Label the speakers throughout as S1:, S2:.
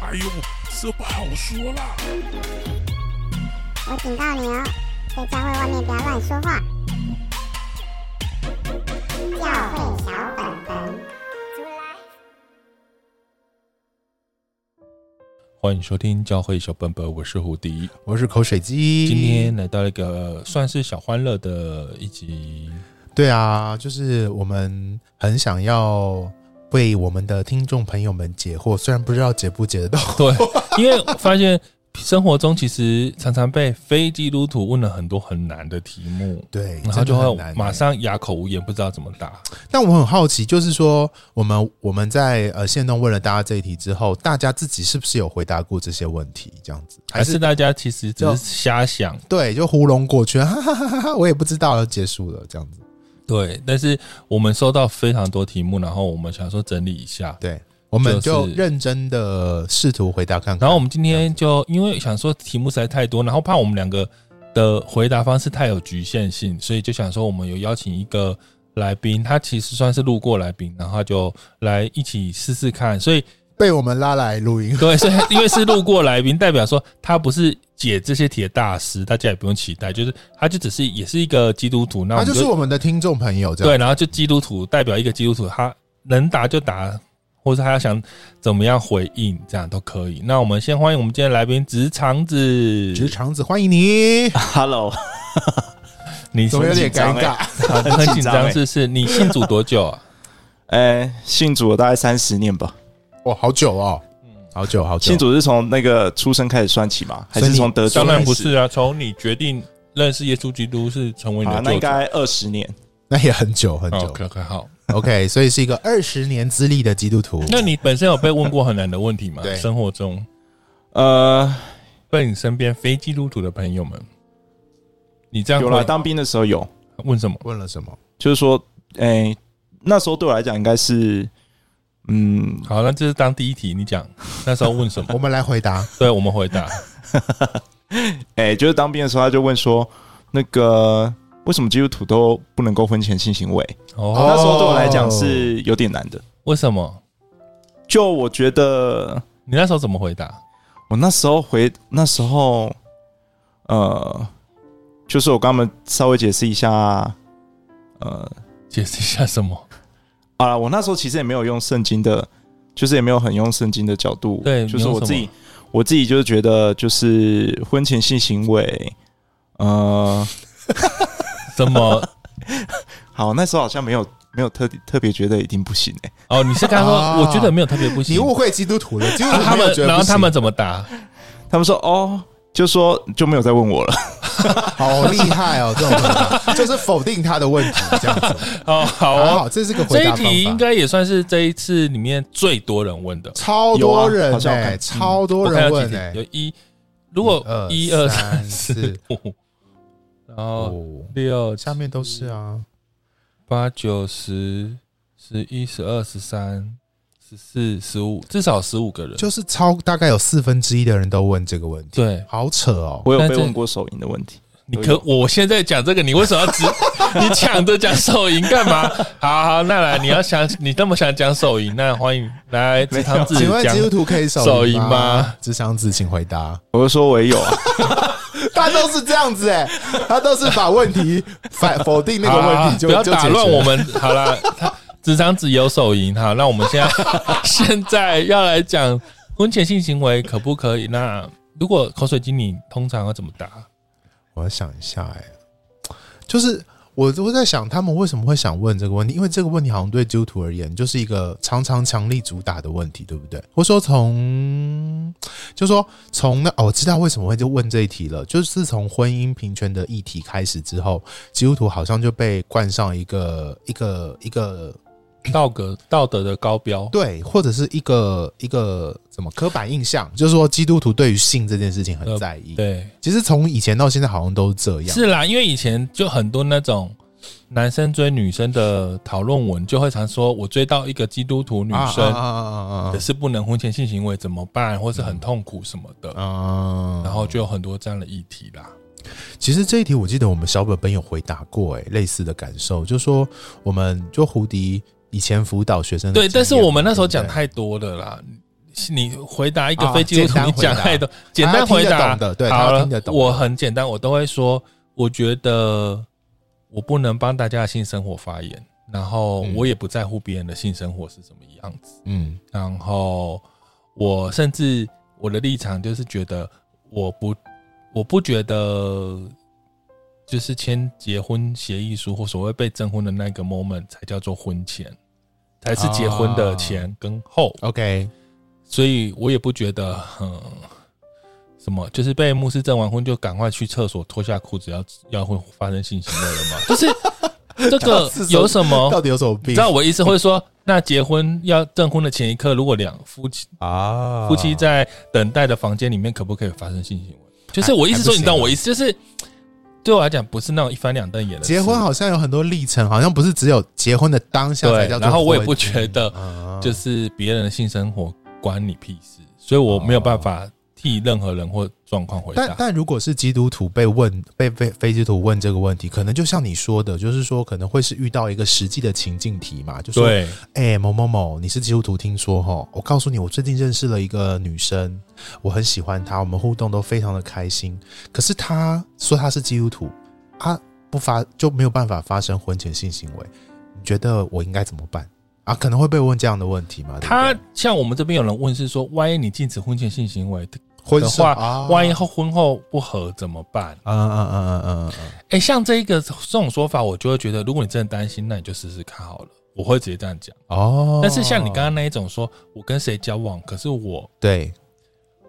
S1: 哎呦，这不好说啦。
S2: 我警告你哦，在教会外面不要乱说话。教会小本本，出来。
S1: 欢迎收听教会小本本，我是胡迪。
S3: 我是口水鸡。
S1: 今天来到一个算是小欢乐的一集，
S3: 对啊，就是我们很想要为我们的听众朋友们解惑，虽然不知道解不解得到。
S1: 对， 因为我发现生活中其实常常被非基督徒问了很多很难的题目，
S3: 对，
S1: 然后就
S3: 真的很
S1: 会
S3: 难欸
S1: 马。上哑口无言，不知道怎么答。
S3: 但我很好奇，就是说，我们我们在呃线动问了大家这一题之后，大家自己是不是有回答过这些问题？这样子
S1: 还是大家其实只是瞎想，
S3: 对，就糊弄过去，哈哈哈哈哈，我也不知道，就结束了这样子。
S1: 对。但是我们收到非常多题目，然后我们想说整理一下，
S3: 对，我们
S1: 就
S3: 就是认真的试图回答看看。
S1: 然后我们今天就因为想说题目实在太多，然后怕我们两个的回答方式太有局限性，所以就想说我们有邀请一个来宾，他其实算是路过来宾，然后他就来一起试试看。所以
S3: 被我们拉来录音，
S1: 对，所以因为是路过来宾，代表说他不是解这些题的大师，大家也不用期待，就是他就只是也是一个基督徒，那我
S3: 他
S1: 们
S3: 就是我们的听众朋友，这样
S1: 对，然后就基督徒代表一个基督徒，他能答就答，或者他要想怎么样回应，这样都可以。那我们先欢迎我们今天的来宾直肠子，
S3: 直肠子欢迎你，
S4: Hello，
S1: 你
S3: 怎么有点
S4: 紧张
S3: 尴
S4: 欸
S3: 尬？
S1: 很很紧
S4: 紧张
S1: 张，
S4: 欸
S1: 是不是？你信主多久啊？
S4: 哎、信主我大概三十年吧。
S3: 哇，好久哦，
S1: 嗯
S3: 好久好久。
S4: 信主是从那个出生开始算起吗？还
S3: 所以
S4: 是
S3: 你
S4: 从得救
S1: 当
S4: 开始？
S1: 然不是啊，从你决定认识耶稣基督是成为你
S4: 啊
S1: 的，
S4: 那
S1: 救
S4: 应
S1: 主。
S4: 该二十年。
S3: 那也很久很久。
S1: OK OK 好，
S3: OK，所以是一个二十年资历的基督徒。
S1: 那你本身有被问过很难的问题吗？
S3: 对
S1: 生活中
S4: 呃，
S1: 被你身边非基督徒的朋友们，你这样
S4: 有来
S1: 回
S4: 当兵的时候有，
S1: 问什么？
S3: 问了什么？
S4: 就是说，哎、那时候对我来讲应该是，嗯，
S1: 好，那这是当第一题，你讲那时候问什么？
S3: 我们来 回答。
S1: 对我们回答，
S4: 哎、就是当兵的时候他就问说，那个为什么基督徒都不能够婚前性行为？
S1: 哦，
S3: 哦
S4: 那时候对我来讲是有点难的。
S1: 为什么？
S4: 就我觉得，
S1: 你那时候怎么回答？
S4: 我那时候回那时候，呃，就是我跟他们稍微解释一下，呃，
S1: 解释一下什么？
S4: 啊，我那时候其实也没有用圣经的，就是也没有很用圣经的角度，
S1: 对
S4: 就是
S1: 没有
S4: 我
S1: 什么
S4: 自己，我自己就是觉得，就是婚前性行为，呃，
S1: 什么？
S4: 好，那时候好像没有没有特特别觉得一定不行哎、
S1: 哦，你是跟他说，
S3: 啊
S1: 我觉得没有特别不行。
S3: 你误会基督徒了，基督
S1: 啊
S3: 徒
S1: 他
S3: 没有
S1: 们，
S3: 觉得
S1: 然后
S3: 不行
S1: 他们怎么答？
S4: 他们说哦，就说就没有再问我 了，
S3: 好厉害哦，这种回答就是否定他的问题，这样子。
S1: 哦，好
S3: 好
S1: 哦，
S3: 好，这是个
S1: 这
S3: 回
S1: 一
S3: 答方
S1: 题应
S3: 法。
S1: 该也算是这一次里面最多人问的。
S3: 超多
S4: 有啊
S3: 人
S4: 好像我
S3: 哎，
S4: 看
S3: 超多
S1: 我看
S3: 人
S1: 有
S3: 问
S1: 几
S3: 哎
S1: 题，，有一，如果一
S3: 一
S1: 二
S3: 二
S1: 三
S3: 三
S1: 四五，然后
S3: 哦，
S1: 六
S3: 下面都是
S1: 嗯
S3: 啊，
S1: 八九十十一十二十三十四十五，至少十五个人。
S3: 就是超大概有四分之一的人都问这个问题，
S1: 对，
S3: 好扯哦。
S4: 我有
S1: 但
S4: 被
S1: 这
S4: 问过手淫的问题，
S1: 你可我现在讲这个，你为什么 要直？你抢着讲手淫干嘛？好好，那来，你要想你那么想讲手淫，那欢迎来
S4: 没
S1: 池
S4: 有
S1: 塘子
S3: 请问
S1: 讲
S3: 基。督徒可以手
S1: 手
S3: 淫
S1: 淫吗
S3: 吗？智商子，请回答。
S4: 我就说我也有啊，
S3: 他都是这样子哎、他都是把问题反否定那个问题就，
S1: 好啊好好不
S3: 就
S1: 要打
S3: 解决
S1: 乱我。们。好了，他职场只有手淫。好，那我们现在 现在要来讲婚前性行为可不可以？那如果口水鸡，你通常要怎么答？
S3: 我要想一下哎、就是我我在想他们为什么会想问这个问题，因为这个问题好像对基督徒而言就是一个常常强力主打的问题，对不对？或说从就说从那哦，我知道为什么会就问这一题了，就是自从婚姻平权的议题开始之后，基督徒好像就被冠上一个一个一个
S1: 道德道德的高标，
S3: 对，或者是一个一个什么刻板印象，就是说基督徒对于性这件事情很在意。，
S1: 对。
S3: 其实从以前到现在好像都是这样。
S1: 是啦，因为以前就很多那种男生追女生的讨论文，就会常说我追到一个基督徒女
S3: 啊
S1: 生，
S3: 啊啊啊啊
S1: 可是不能婚前性行为怎么办，或是很痛苦什么的，
S3: 啊啊！
S1: 然后就有很多这样的议题啦。
S3: 其实这一题我记得我们小本本有回答过、诶，类似的感受，就说我们就胡迪以前辅导学生的
S1: 对，
S3: 经验
S1: 但是我们那时候
S3: 对
S1: 讲
S3: 不对
S1: 太多了啦。你回答一个
S3: 啊
S1: 非基督
S3: 简
S1: 徒，
S3: 单
S1: 你
S3: 回
S1: 讲
S3: 答
S1: 太多，简
S3: 他
S1: 单
S3: 听
S1: 回
S3: 得
S1: 答
S3: 懂的对他
S1: 好了
S3: 听得，懂的
S1: 我很简单，我都会说，我觉得我不能帮大家的性生活发言，然后
S3: 嗯
S1: 我也不在乎别人的性生活是什么样子，
S3: 嗯
S1: 然后我甚至我的立场就是觉得我不我不觉得。就是签结婚协议书或所谓被征婚的那个 moment 才叫做婚前，才是结婚的
S3: 啊
S1: 前跟后。
S3: ，OK，
S1: 所以我也不觉得，嗯，什么就是被牧师证完婚就赶快去厕所脱下裤子要要会发生性行为了 吗？就是这个有什
S3: 到
S1: 么？
S3: 底有什么
S1: 哦你
S3: 病
S1: 知道我意思会说，那结婚要证婚的前一刻，如果两夫妻
S3: 啊？
S1: 夫妻在等待的房间里面，可不可以发生性行为？就是我意思说，
S3: 还还不行啊
S1: 你懂我意思，就是对我来讲，不是那种一翻两瞪眼的事
S3: 结婚好像有很多历程，好像不是只有结婚的当下才
S1: 对
S3: 叫，做
S1: 然后我也不
S3: 婚
S1: 觉得
S3: 啊
S1: 就是别人的性生活关你屁事，所以我没有办法替任何人或状况回
S3: 哦但
S1: 答。
S3: 但如果是基督徒被问被非非基督徒问这个问题，可能就像你说的，就是说可能会是遇到一个实际的情境题嘛，就说
S1: 对，
S3: 哎、某某某，你是基督徒，听说哈？我告诉你，我最近认识了一个女生，我很喜欢她，我们互动都非常的开心。可是她说她是基督徒，她不发就没有办法发生婚前性行为，你觉得我应该怎么办啊？可能会被问这样的问题嘛？
S1: 他
S3: 对
S1: 像我们这边有人问是说，万一你禁止婚前性行为的
S3: 不对婚
S1: 的
S3: 事
S1: 话，
S3: 啊
S1: 万一后婚后不和怎么办？
S3: 嗯嗯嗯嗯嗯嗯
S1: 哎、像这一个这种说法，我就会觉得，如果你真的担心，那你就试试看好了。我会直接这样讲。
S3: 哦，
S1: 但是像你刚刚那一种说，我跟谁交往，可是我
S3: 对，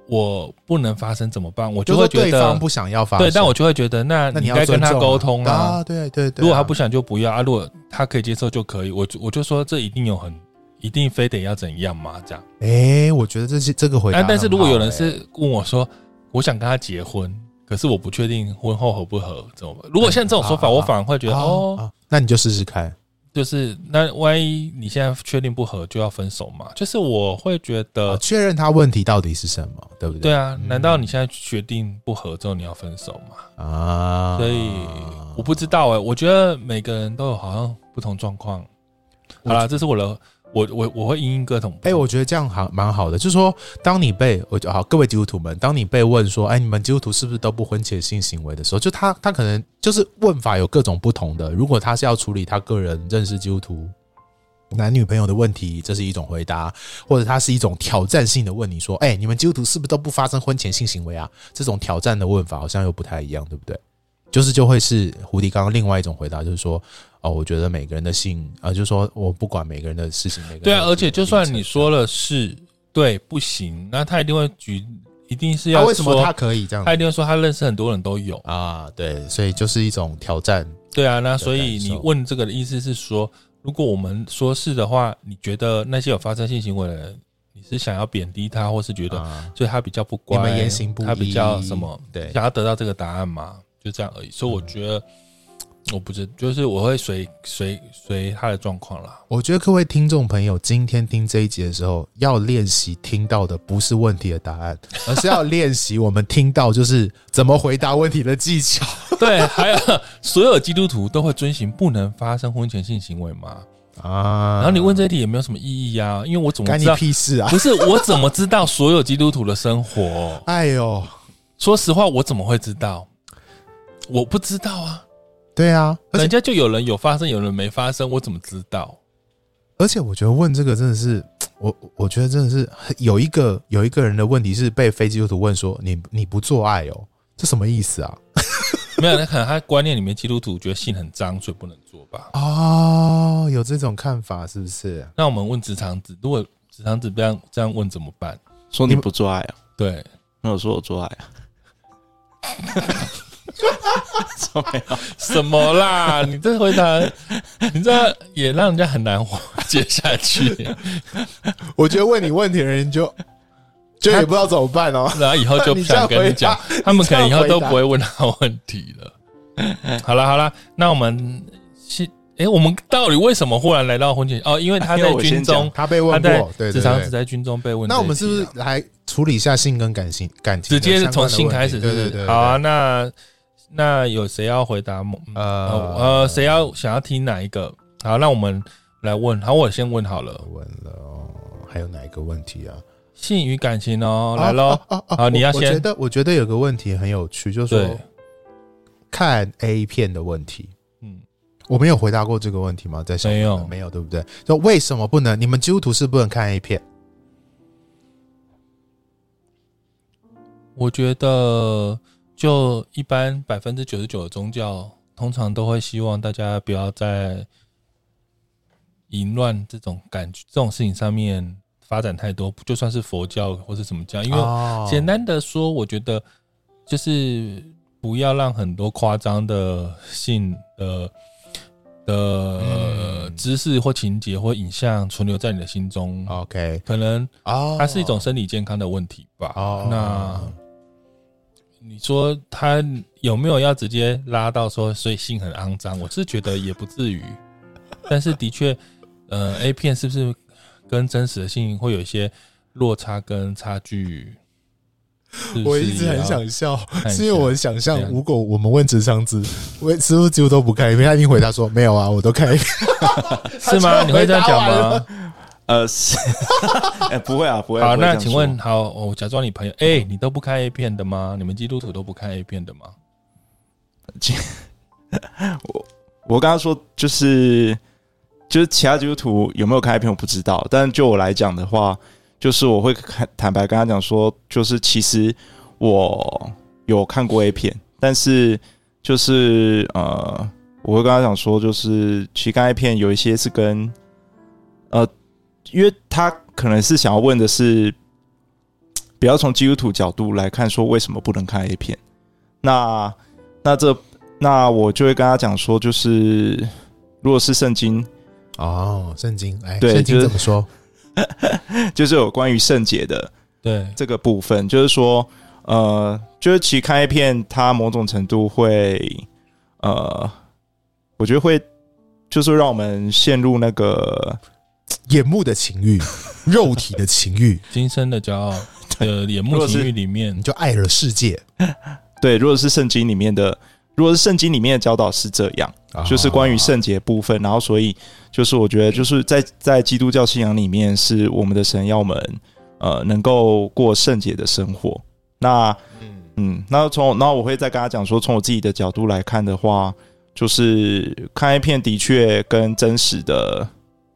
S1: 我不能发生怎么办？我
S3: 就
S1: 就会
S3: 是
S1: 觉
S3: 对
S1: 得
S3: 方不想要发生，
S1: 对，但我就会觉得，那
S3: 那
S1: 你应
S3: 要
S1: 该跟他
S3: 尊重啊
S1: 沟通啊
S3: 啊，对对对啊，
S1: 如果他不想就不要啊，如果他可以接受就可以。我就我就说这一定有很一定非得要怎样嘛这样。
S3: 哎、我觉得这些这个回答
S1: 但啊
S3: 很好、
S1: 但是如果有人
S3: 哎
S1: 是问我说我想跟他结婚，可是我不确定婚后合不合怎么办？如果像这种说法，
S3: 啊啊啊
S1: 我反而会觉得
S3: 啊
S1: 哦，
S3: 啊那你就试试看。
S1: 就是那万一你现在确定不合就要分手嘛？就是我会觉
S3: 呃，
S1: 得。
S3: 确认他问题到底是什么，对不对？嗯
S1: 对啊，难道你现在决定不合之后你要分手吗？
S3: 啊，
S1: 所以我不知道哎、我觉得每个人都有好像不同状况。好啦，这是我的，我我我会因应各种。
S3: 哎、我觉得这样好蛮好的，就是说，当你被我就好，各位基督徒们，当你被问说，哎、你们基督徒是不是都不婚前性行为的时候，就他他可能就是问法有各种不同的。如果他是要处理他个人认识基督徒男女朋友的问题，这是一种回答，或者他是一种挑战性的问你说，哎、你们基督徒是不是都不发生婚前性行为啊？这种挑战的问法好像又不太一样，对不对？就是就会是胡迪刚刚另外一种回答，就是说，哦，我觉得每个人的性啊、呃就是说我不管每个人的事情，每个人
S1: 对啊，
S3: 的
S1: 而且就算你
S3: 历程
S1: 说了是对不行，那他一定会举，一定是要
S3: 他
S1: 说
S3: 啊为什么他可以这样
S1: 他一定会说他认识很多人都有。
S3: 啊？对，所以就是一种挑战。
S1: 对啊，那所以
S3: 感
S1: 你
S3: 受
S1: 问这个的意思是说，如果我们说是的话，你觉得那些有发生性行为的人，你是想要贬低他，或是觉得
S3: 啊
S1: 所以他比较不
S3: 你
S1: 乖，
S3: 们言行不一，
S1: 他比较什么？
S3: 对
S1: 想要得到这个答案嘛，就这样而已。所以我觉得，嗯我不知，就是我会随随随他的状况 啦。
S3: 我觉得各位听众朋友，今天听这一集的时候，要练习听到的不是问题的答案，而是要练习我们听到就是怎么回答问题的技巧。
S1: 对，还有所有基督徒都会遵循不能发生婚前性行为嘛。
S3: 啊，
S1: 然后你问这一题也没有什么意义啊，因为我怎么
S3: 干
S1: 知
S3: 你
S1: 道？
S3: 屁事啊！
S1: 不是我怎么知道所有基督徒的生活？
S3: 哎呦，
S1: 说实话，我怎么会知道？我不知道啊，
S3: 对啊，而
S1: 人
S3: 且
S1: 家就有人有发生，有人没发生，我怎么知道？
S3: 而且，我觉得问这个真的是，我我觉得真的是有一个有一个人的问题是被非基督徒问说你你不做爱哦，这什么意思啊？
S1: 没有，那可能他观念里面基督徒觉得性很脏，所以不能做吧。
S3: 哦，
S1: 啊
S3: 有这种看法是不是？
S1: 那我们问直肠子，如果直肠子这样这样问怎么办？
S4: 说你不做爱啊？
S1: 对，
S4: 没有说我做爱啊？说没有
S1: 什么啦？你这回答，你这也让人家很难活接下去。
S3: 我觉得问你问题的 人就就也不知道怎么办哦。
S1: 然后以后就不想跟你讲
S3: 你这样回答，
S1: 他们可能以后都不会问他问题了。好了好了，那我们是哎、我们到底为什么忽然来到婚前？哦，因
S3: 啊
S1: 为他
S4: 因
S1: 在
S4: 为我
S1: 军
S4: 先讲
S1: 中，
S3: 他被
S1: 他
S3: 问过
S1: 在，
S3: 对
S1: 职
S3: 对
S1: 场只
S3: 对。
S1: 在军中被问这一题啊。
S3: 那我们是不是来处理一下性跟感情感情
S1: 直
S3: 的
S1: 接
S3: 相关的
S1: 从
S3: 问题？
S1: 性开始？是
S3: 对
S1: 不
S3: 对
S1: 是
S3: 对，对
S1: 好啊，。那那有谁要回答吗？嗯
S3: 呃
S1: 呃，谁要想要听哪一个？好，那我们来问。好，我先问好了
S3: 我。问了哦，还有哪一个问题啊？
S1: 性与感情哦，来喽，
S3: 啊啊！
S1: 好你要
S3: 我我
S1: 先
S3: 觉得，我觉得有个问题很有趣，就是
S1: 对
S3: 说，看 A 片的问题。
S1: 嗯，
S3: 我们有回答过这个问题吗？在小
S1: 没有
S3: 没有，对不对？就为什么不能？你们基督徒是不能看 A 片，
S1: 我觉得就一般百分之九十九的宗教，通常都会希望大家不要在淫乱这种感觉、这种事情上面发展太多，就算是佛教或是什么教，因为
S3: 哦
S1: 简单的说，我觉得就是不要让很多夸张的性的的、呃
S3: 嗯
S1: 知识或情节或影像存留在你的心中，
S3: OK
S1: 可能
S3: 哦，
S1: 它是一种身体健康的问题吧。
S3: 哦
S1: 那你说他有没有要直接拉到说，所以性很肮脏？我是觉得也不至于，但是的确，呃，A 片是不是跟真实的性会有一些落差跟差距？是不
S3: 我
S1: 是
S3: 一直
S1: 也
S3: 很
S1: 要
S3: 想笑，
S1: 一下
S3: 是因为我想象
S1: 啊这，样
S3: 如果我们问职场子，我师傅几乎都不看 A 片，他一定回答说没有啊，我都看 A 片。
S1: 是吗？你会这样讲吗？
S4: 呃，是， 哎、不会啊，不会。
S1: 好，
S4: 不会这
S1: 那
S4: 样
S1: 请
S4: 说
S1: 问，好，我假装你朋友，哎、你都不看 A 片的吗？你们基督徒都不看 A 片的吗？
S4: 我刚刚说就是就是其他基督徒有没有看 A 片我不知道，但就我来讲的话，就是我会看坦白跟他讲说，就是其实我有看过 A 片，但是就是呃，我会跟他讲说，就是其实看 A 片有一些是跟呃，因为他可能是想要问的是，不要从基督徒角度来看说为什么不能看 A 片，那那这那我就会跟他讲说，就是如果是圣经，
S3: 哦，圣经，哎，
S4: 对
S3: 圣经
S4: 就是
S3: 怎么说？
S4: 就是有关于圣洁的
S1: 对，
S4: 这个部分，就是说，呃，就是其实看 A 片，它某种程度会，呃，我觉得会，就是让我们陷入那个，
S3: 眼目的情欲， 肉体的情欲，
S1: 今生的骄傲的 眼目情欲里面
S3: 你，就爱了世界，
S4: 对，如果是圣经里面的，如果是圣经里面的教导是这样，啊就是关于圣洁部分，然后所以就是我觉得就是在在基督教信仰里面，是我们的神要我们呃能够过圣洁的生活。那嗯，那从那我会再跟他讲说，从我自己的角度来看的话，就是看 A 片的确跟真实的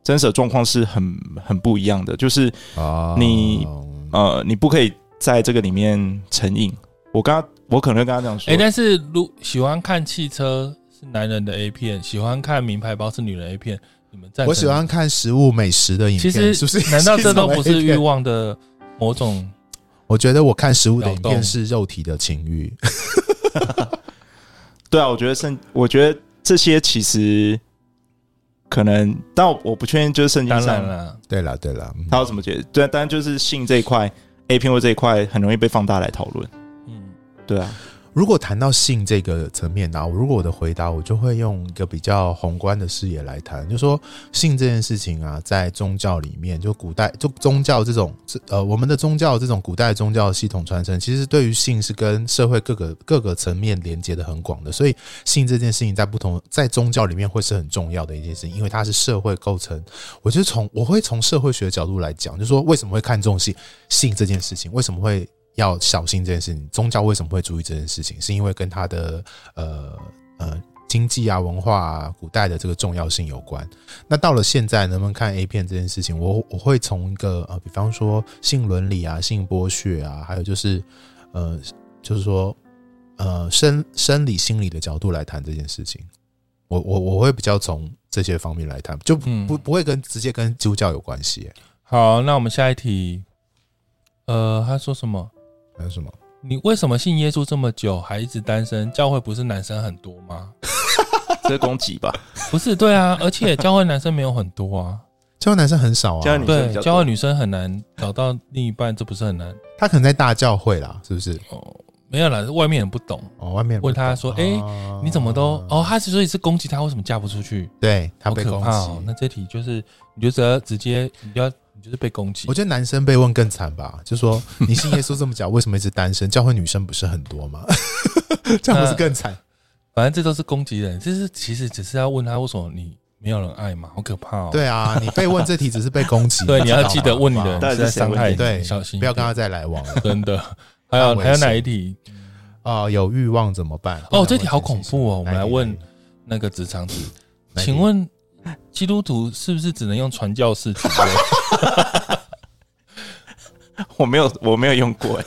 S4: 真实的状况是很很不一样的，就是
S3: 啊
S4: 你呃你不可以在这个里面成瘾。我刚刚我可能会跟他讲说，
S1: 哎、但是如喜欢看汽车是男人的 A 片，喜欢看名牌包是女人 A 片，你们赞成？
S3: 我喜，欢看食物美食的影
S1: 其
S3: 片，
S1: 实
S3: 是不 是？
S1: 难道这都不是欲
S3: 欲望？
S1: 望的某 种？
S3: 我觉得我看食物的影
S1: 扰动
S3: 片是肉体的情欲，
S4: 对啊，我觉得圣，我觉得这些其实可能，但我不确定就是圣经
S1: 当然
S4: 上
S1: 了，
S3: 对了对了，嗯
S4: 他要怎么解释。对啊，当然就是性这一块，A 片或这一块很容易被放大来讨论。
S1: 嗯，
S4: 对啊，
S3: 如果谈到性这个层面呢、我如果我的回答，我就会用一个比较宏观的视野来谈，就说性这件事情啊，在宗教里面，就古代就宗教这种这呃，我们的宗教这种古代宗教系统传承，其实对于性是跟社会各个各个层面连接的很广的，所以性这件事情在不同在宗教里面会是很重要的一件事情，因为它是社会构成。我就从我会从社会学的角度来讲，就说为什么会看重性性这件事情，为什么会要小心这件事情？宗教为什么会注意这件事情？是因为跟它的呃呃经济啊、文化啊、古代的这个重要性有关。那到了现在，能不能看 A 片这件事情，我我会从一个呃，比方说性伦理啊、性剥削啊，还有就是呃，就是说呃生生理、心理的角度来谈这件事情。我我我会比较从这些方面来谈，就不、
S1: 嗯
S3: 不不会跟直接跟基督教有关系、欸
S1: 好，那我们下一题。呃，他说什么？
S3: 还有什么？
S1: 你为什么信耶稣这么久还一直单身？教会不是男生很多 吗？
S4: 这是攻击吧？
S1: 不是，对啊，而且教会男生没有很多 啊。
S3: 教会男生很少啊，
S4: 教会女生比
S1: 对
S4: 较，多
S1: 教会女生很难找到另一半，这不是很难
S3: 他可能在大教会啦，是不是？
S1: 哦？没有啦，外面人不懂。
S3: 哦，外面人
S1: 问他说
S3: 不懂
S1: 诶
S3: 啊
S1: 你怎么都哦？他之所以是攻击他，为什么嫁不出去？
S3: 对他
S1: 好
S3: 被
S1: 可
S3: 攻击、
S1: 怕哦！那这题就是，你就只要直接，你就要你就是被攻击
S3: 我。觉得男生被问更惨吧，就说你信耶稣这么久，为什么一直单身？教会女生不是很多吗？ 这样不是更惨？
S1: 反正这都是攻击人，这是其实只是要问他为什么你没有人爱嘛，好可怕哦。
S3: 对啊，你被问这题只是被 攻击，
S1: 对，你
S3: 知道
S1: 要
S3: 吗
S1: 记得问你的
S3: 好哦
S1: 人
S3: 吧
S4: 到底
S1: 是
S4: 是
S1: 在
S4: 谁
S1: 伤害
S4: 问
S1: 你，
S4: 你
S3: 对，
S1: 小心一
S3: 不要
S1: 点
S3: 跟他再来往了
S1: 真 的。还有
S3: 危
S1: 还有哪
S3: 险
S1: 一题？
S3: 啊！有欲望怎么办？
S1: 哦，这题好恐怖哦！我们来问
S3: 哪一题
S1: 那个职场子，
S3: 哪一题
S1: 请问基督徒是不是只能用传教士 体位？
S4: 我没有，我没有用过、 欸。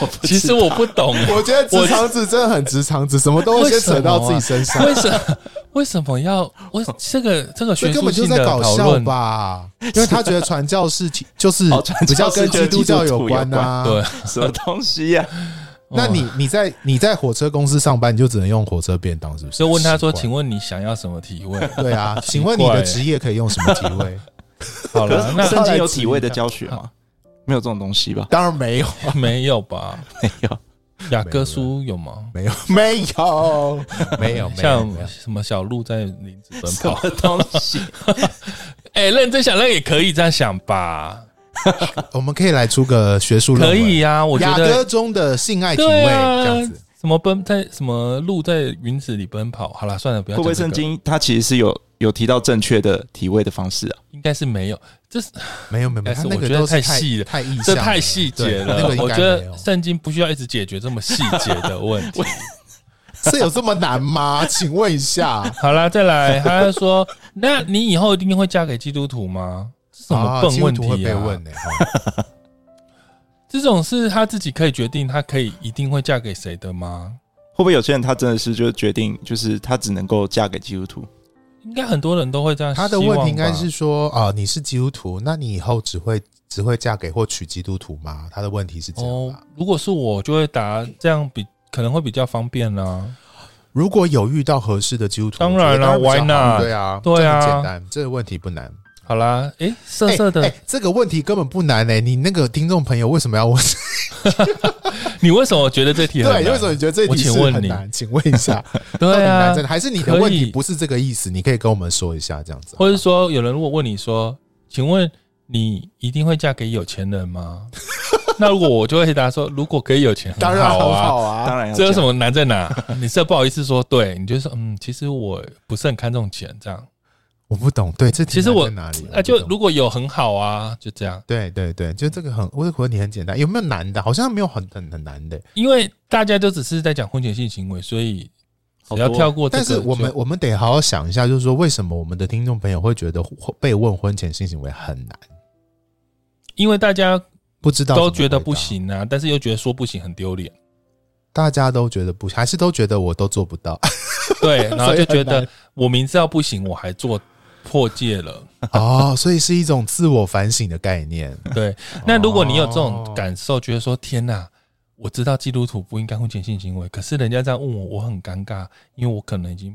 S4: 我不
S1: 其实
S4: 知道
S1: 我不懂欸，
S3: 我觉得直肠子真的很直肠子，什么都会先扯到自己身 上，
S1: 为什么啊为什么要我这个这个
S3: 这
S1: 学
S3: 根
S1: 术
S3: 本就
S1: 性
S3: 是
S1: 的
S3: 在搞
S1: 讨
S3: 笑
S1: 论？
S3: 吧？ 因为他觉得传教士体就是
S4: 哦传教士
S3: 比较跟基督教有关呐、啊。
S1: 对，哦
S4: 什么东西 呀、
S3: 那你你在你在火车公司上班，你就只能用火车便当，是不是？
S1: 所以问他说：“
S3: 奇怪
S1: 请问你想要什么体位
S3: 对啊，
S1: 奇
S3: 请问你
S1: 怪
S3: 的
S1: 欸
S3: 职业可以用什么体位？？”
S1: 好
S4: 可
S1: 了，那
S4: 是啊圣经有体位
S3: 后来质疑
S4: 的
S3: 他
S4: 教学吗？没有这种东西吧？
S3: 当然没有，
S1: 没有吧？
S4: 没有。
S1: 雅各书有吗？
S3: 没有， 没有，没有，没有，
S1: 像
S3: 没有
S1: 什么小鹿在林子奔
S4: 什
S1: 跑？
S4: 么东西？
S1: 哎，认真想，那也可以这样想吧？
S3: 我们可以来出个学术论
S1: 可
S3: 文，
S1: 以呀，我觉
S3: 雅
S1: 得
S3: 歌中的性爱体位
S1: 对啊
S3: 这样子。
S1: 什么奔在什么路在云子里奔跑？好了，算了，不要
S4: 会
S1: 讲
S4: 不
S1: 这
S4: 会
S1: 个。
S4: 圣经它其实是有有提到正确的体位的方式啊？
S1: 应该是没有，这是
S3: 没有没有，没
S1: 但
S3: 有
S1: 是
S3: 他那
S1: 我
S3: 个
S1: 觉得
S3: 都是
S1: 太
S3: 太
S1: 细了
S3: 太意
S1: 这
S3: 象
S1: 太
S3: 了
S1: 细节
S3: 对那
S1: 了
S3: 个。应
S1: 我
S3: 该
S1: 觉
S3: 没有
S1: 得圣经不需要一直解决这么细节的问 题。
S3: 这有这么难吗？请问一下，
S1: 好啦，再来，他就说：“ 那你以后一定会嫁给基督徒吗？”这什么
S3: 啊
S1: 笨问
S3: 基督徒会
S1: 题
S3: 被
S1: 啊！
S3: 问呢、哈
S1: 这种是他自己可以决定，他可以一定会嫁给谁的吗？
S4: 会不会有些人他真的是就决定，就是他只能够嫁给基督徒？
S1: 应该很多人都会这样。
S3: 他的问题应该是，说啊、你是基督徒，那你以后只会只会嫁给或娶基督徒吗？他的问题是这样
S1: 哦
S3: 吧、，
S1: 如果是我，就会答这样比可能会比较方便啊啦、
S3: 如果有遇到合适的基督徒，
S1: 当然啦
S3: 我觉得当比较好
S1: why not？
S3: 对啊，
S1: 对啊
S3: 这很简单，这个问题不难。
S1: 好啦，诶，色色的，
S3: 哎哎这个问题根本不难呢、你那个听众朋友为什么要 问？
S1: 你为什么觉得这题很难？
S3: 对，为什么你觉得这
S1: 啊我
S3: 题是
S1: 请问
S3: 很
S1: 你
S3: 难？请问一 下，到底
S1: 对
S3: 难
S1: 啊
S3: 在，哪还是你的
S1: 可以
S3: 问题不是这个意思？你可以跟我们说一下这样子，
S1: 或者说，有人如果问你说：“请问你一定会嫁给有钱人吗？” 那如果我就会回答说：“如果给有钱人，
S3: 当然
S1: 好
S3: 很
S1: 啊。
S3: 好啊，
S4: 当然要
S1: 这有
S4: 嫁
S1: 什么难在哪？ 你这不好意思说，对你就说嗯，其实我不是很看重钱，这样
S3: 我不懂，对，这题
S1: 其实
S3: 难
S1: 我
S3: 在哪里？
S1: 啊，
S3: 我
S1: 就
S3: 不懂
S1: 如果有很好啊，就这样。
S3: 对对对，就这个很，我这个问题很简单，有没有难的？好像没有很很很难的，
S1: 因为大家都只是在讲婚前性行为，所以只要
S4: 好多
S1: 跳过这
S3: 但
S1: 个
S3: 是
S1: 就，
S3: 我们我们得好好想一下，就是说为什么我们的听众朋友会觉得被问婚前性行为很难？
S1: 因为大家
S3: 不知道
S1: 都
S3: 怎
S1: 觉
S3: 么
S1: 得
S3: 回
S1: 不
S3: 答，
S1: 行啊，但是又觉得说不行很丢 脸，
S3: 大家都觉得不行，还是都觉得我都做不到
S1: 对，然后就
S3: 所以
S1: 觉
S3: 很
S1: 得
S3: 难
S1: 我明知道不行，我还做破戒了。
S3: 哦，所以是一种自我反省的概念。
S1: 对，那如果你有这种
S3: 哦
S1: 感受，觉得说天哪，我知道基督徒不应该婚前性行为，可是人家这样问我，我很尴尬，因为我可能已经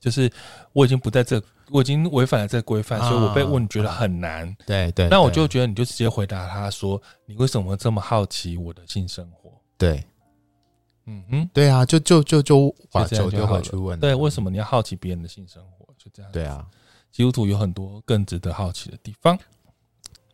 S1: 就是我已经不在这，我已经违反了这个规范，
S3: 啊
S1: 所以我被问觉得很难。
S3: 对对，
S1: 那我
S3: 对
S1: 就觉得你就直接回答他说，你为什么这么好奇我的性生活？
S3: 对
S1: 嗯哼，
S3: 对啊，就就就就把
S1: 就这样
S3: 球
S1: 就
S3: 丢
S1: 好
S3: 回
S1: 了
S3: 去问，
S1: 对，为什么你要好奇别人的性生活？就这样，
S3: 对啊，
S1: 基督徒有很多更值得好奇的地方。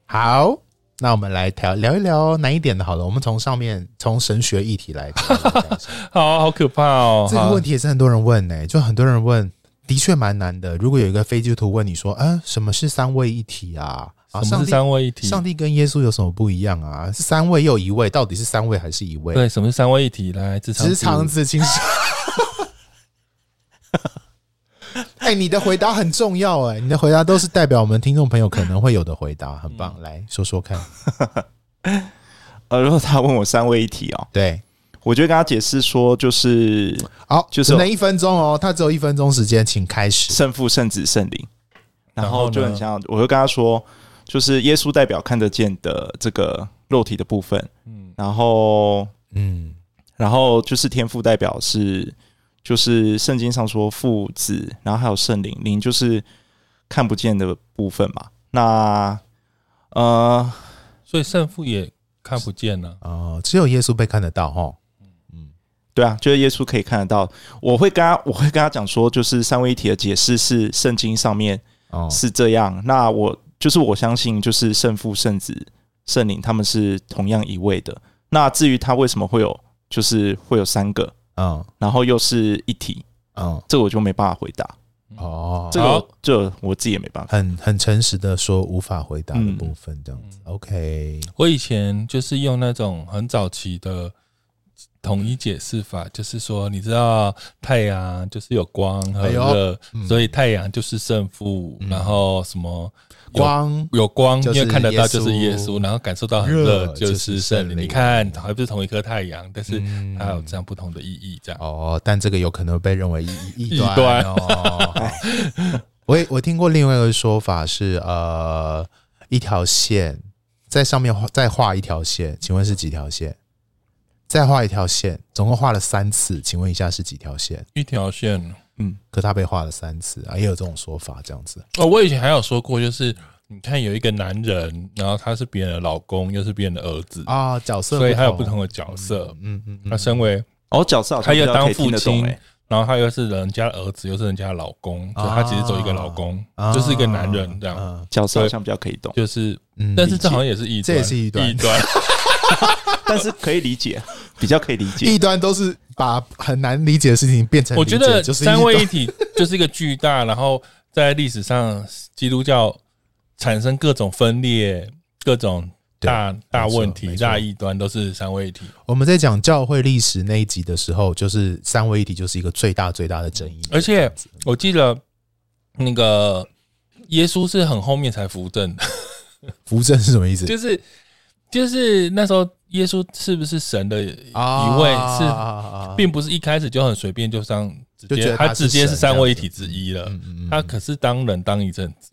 S3: 好，那我们来聊聊一聊难一点的，好了，我们从上面从神学议题来聊一下
S1: 好啊、好可怕 哦！
S3: 这个问题也是很多人问呢、就很多人问，的确蛮难的。如果有一个非基督徒问你说，啊，什么是三位一体啊？啊，
S1: 什么是
S3: 上帝
S1: 三位一体？
S3: 上帝跟耶稣有什么不一样啊？是三位又一位，到底是三位还是一位？
S1: 对，什么是三位一体？来，职场
S3: 直肠子情商。 哎、你的回答很重要哎、你的回答都是代表我们听众朋友可能会有的回答，很
S1: 嗯
S3: 棒，来说说看。
S4: 呃，如果他问我三位一体哦，
S3: 对，
S4: 我就会跟他解释说，就是
S3: 好，
S4: 就是
S3: 只能一分钟哦，他只有一分钟时间，请开始。
S4: 圣父、圣子、圣灵，然
S1: 然后
S4: 后
S1: 呢
S4: 就很像，我就跟他说，就是耶稣代表看得见的这个肉体的部分，
S1: 嗯
S4: 然后
S3: 嗯，
S4: 然后就是天赋代表是，就是圣经上说父子，然后还有圣灵，灵就是看不见的部分嘛。那呃，
S1: 所以胜负也看不见啊了。
S3: 哦、只有耶稣被看得到哈。嗯，
S4: 对啊，就是耶稣可以看得到。我会跟他，我会跟他讲说，就是三位一体的解释是圣经上面
S3: 哦，
S4: 是这样。那我就是我相信，就是圣父、圣子、圣灵他们是同样一位的。那至于他为什么会有，就是会有三个，
S3: 嗯
S4: 然后又是一体，
S3: 嗯，
S4: 这我就没办法回答。
S3: 哦，
S4: 嗯这
S1: 好
S4: 个这我自己也没办法。
S3: 很很诚实的说无法回答的
S4: 嗯
S3: 部分，这样子。OK，
S1: 我以前就是用那种很早期的统一解释法，就是说，你知道太阳就是有光和
S3: 哎呦
S1: 热，
S3: 嗯
S1: 所以太阳就是胜负，
S3: 嗯
S1: 然后什么有
S3: 光
S1: 有光，
S3: 就是
S1: 因为看得到就是耶
S3: 耶
S1: 稣，
S3: 稣
S1: 然后感受到很热
S3: 热
S1: 就
S3: 就是
S1: 是
S3: 圣
S1: 圣灵。
S3: 灵
S1: 你看，还不是同一颗太阳，但是
S3: 嗯
S1: 它有这样不同的意义，这样。
S3: 哦，但这个有可能被认为异异
S1: 异
S3: 端
S1: 端
S3: 哦。我也我听过另外一个说法是，呃，一条线在上面画再画一条线，请问是几条线？再画一条线，总共画了三次，请问一下是几条线？
S1: 一条线
S4: 嗯，
S3: 可他被画了三次啊，也有这种说法，这样子。
S1: 哦，我以前还有说过，就是你看有一个男人，然后他是别人的老公，又是别人的儿子，
S3: 啊，角色，
S1: 所以他有不同的角色。
S3: 嗯嗯嗯，
S1: 他身为
S4: 哦，角色好像
S1: 他
S4: 比
S1: 又
S4: 较
S1: 当
S4: 可以听得懂
S1: 父亲
S4: 哎，
S1: 然后他又是人家的儿子，又是人家的老公，所以他其实走一个老公，
S3: 啊
S1: 就是一个男人这样，
S3: 嗯
S4: 角色好像比较可以懂，
S1: 就是，
S3: 嗯
S1: 但是这好像也是异端，
S3: 这也是异端
S1: 异 端，
S4: 但是可以理解，比较可以理解
S3: 异。端都是把很难理解的事情变成
S1: 我
S3: 理解，
S1: 觉得
S3: 就是
S1: 三位
S3: 异
S1: 一体就是一个巨大，然后在历史上基督教产生各种分裂、各种大大问
S3: 没
S1: 题、
S3: 错
S1: 大异端，都是三位一体。
S3: 我们在讲教会历史那一集的时候，就是三位一体就是一个最大最大的争议。
S1: 而且我记得那个耶稣是很后面才扶正的，
S3: 扶正是什么意思？
S1: 就是就是那时候耶稣是不是神的
S3: 啊
S1: 一位是，
S3: 是
S1: 并不是一开始就很随便就上，直
S3: 就觉
S1: 接
S3: 得他
S1: 他
S3: 是
S1: 直接是
S3: 神
S1: 三位一
S3: 这样
S1: 体
S3: 子
S1: 之一了。
S3: 嗯嗯嗯
S1: 他可是当人当一阵子，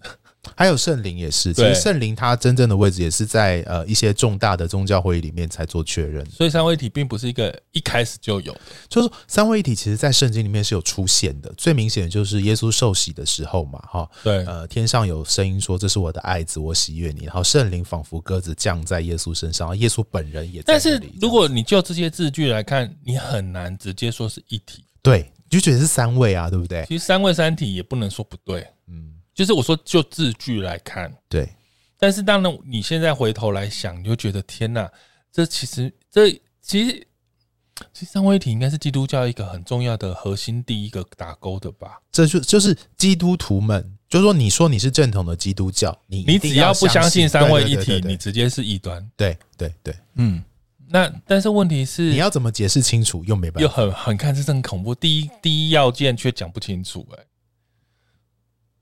S3: 还有圣灵也是，其实
S1: 对
S3: 圣灵它真正的位置也是在呃一些重大的宗教会议里面才做确认。
S1: 所以三位一体并不是一个一开始就有的。
S3: 就是说三位一体，其实在圣经里面是有出现的。最明显的就是耶稣受洗的时候嘛，哈，
S1: 对，
S3: 呃，天上有声音说：“这是我的爱子，我喜悦你。”然后圣灵仿佛鸽子降在耶稣身上，然后耶稣本人也在
S1: 但
S3: 那里。
S1: 是如果你就这些字句来看，你很难直接说是一体。
S3: 对，你就觉得是三位啊，对不对？
S1: 其实三位三体也不能说不对，
S3: 嗯，
S1: 就是我说就字句来看。
S3: 对，
S1: 但是当然，你现在回头来想，你就觉得天哪，这其实这其实其实三位一体应该是基督教一个很重要的核心第一个打勾的吧？
S3: 这就就是基督徒们，就是说你说你是正统的基督教，你
S1: 你
S3: 一定
S1: 只要不相
S3: 相
S1: 信三位一
S3: 对
S1: 体，你直接是异端。
S3: 对对对对对
S1: 嗯，那但是问题
S3: 对，
S1: 是
S3: 你要怎么解释清楚又没办
S1: 又
S3: 法。
S1: 很很看似很恐怖。第一第一要件却讲不清楚、欸，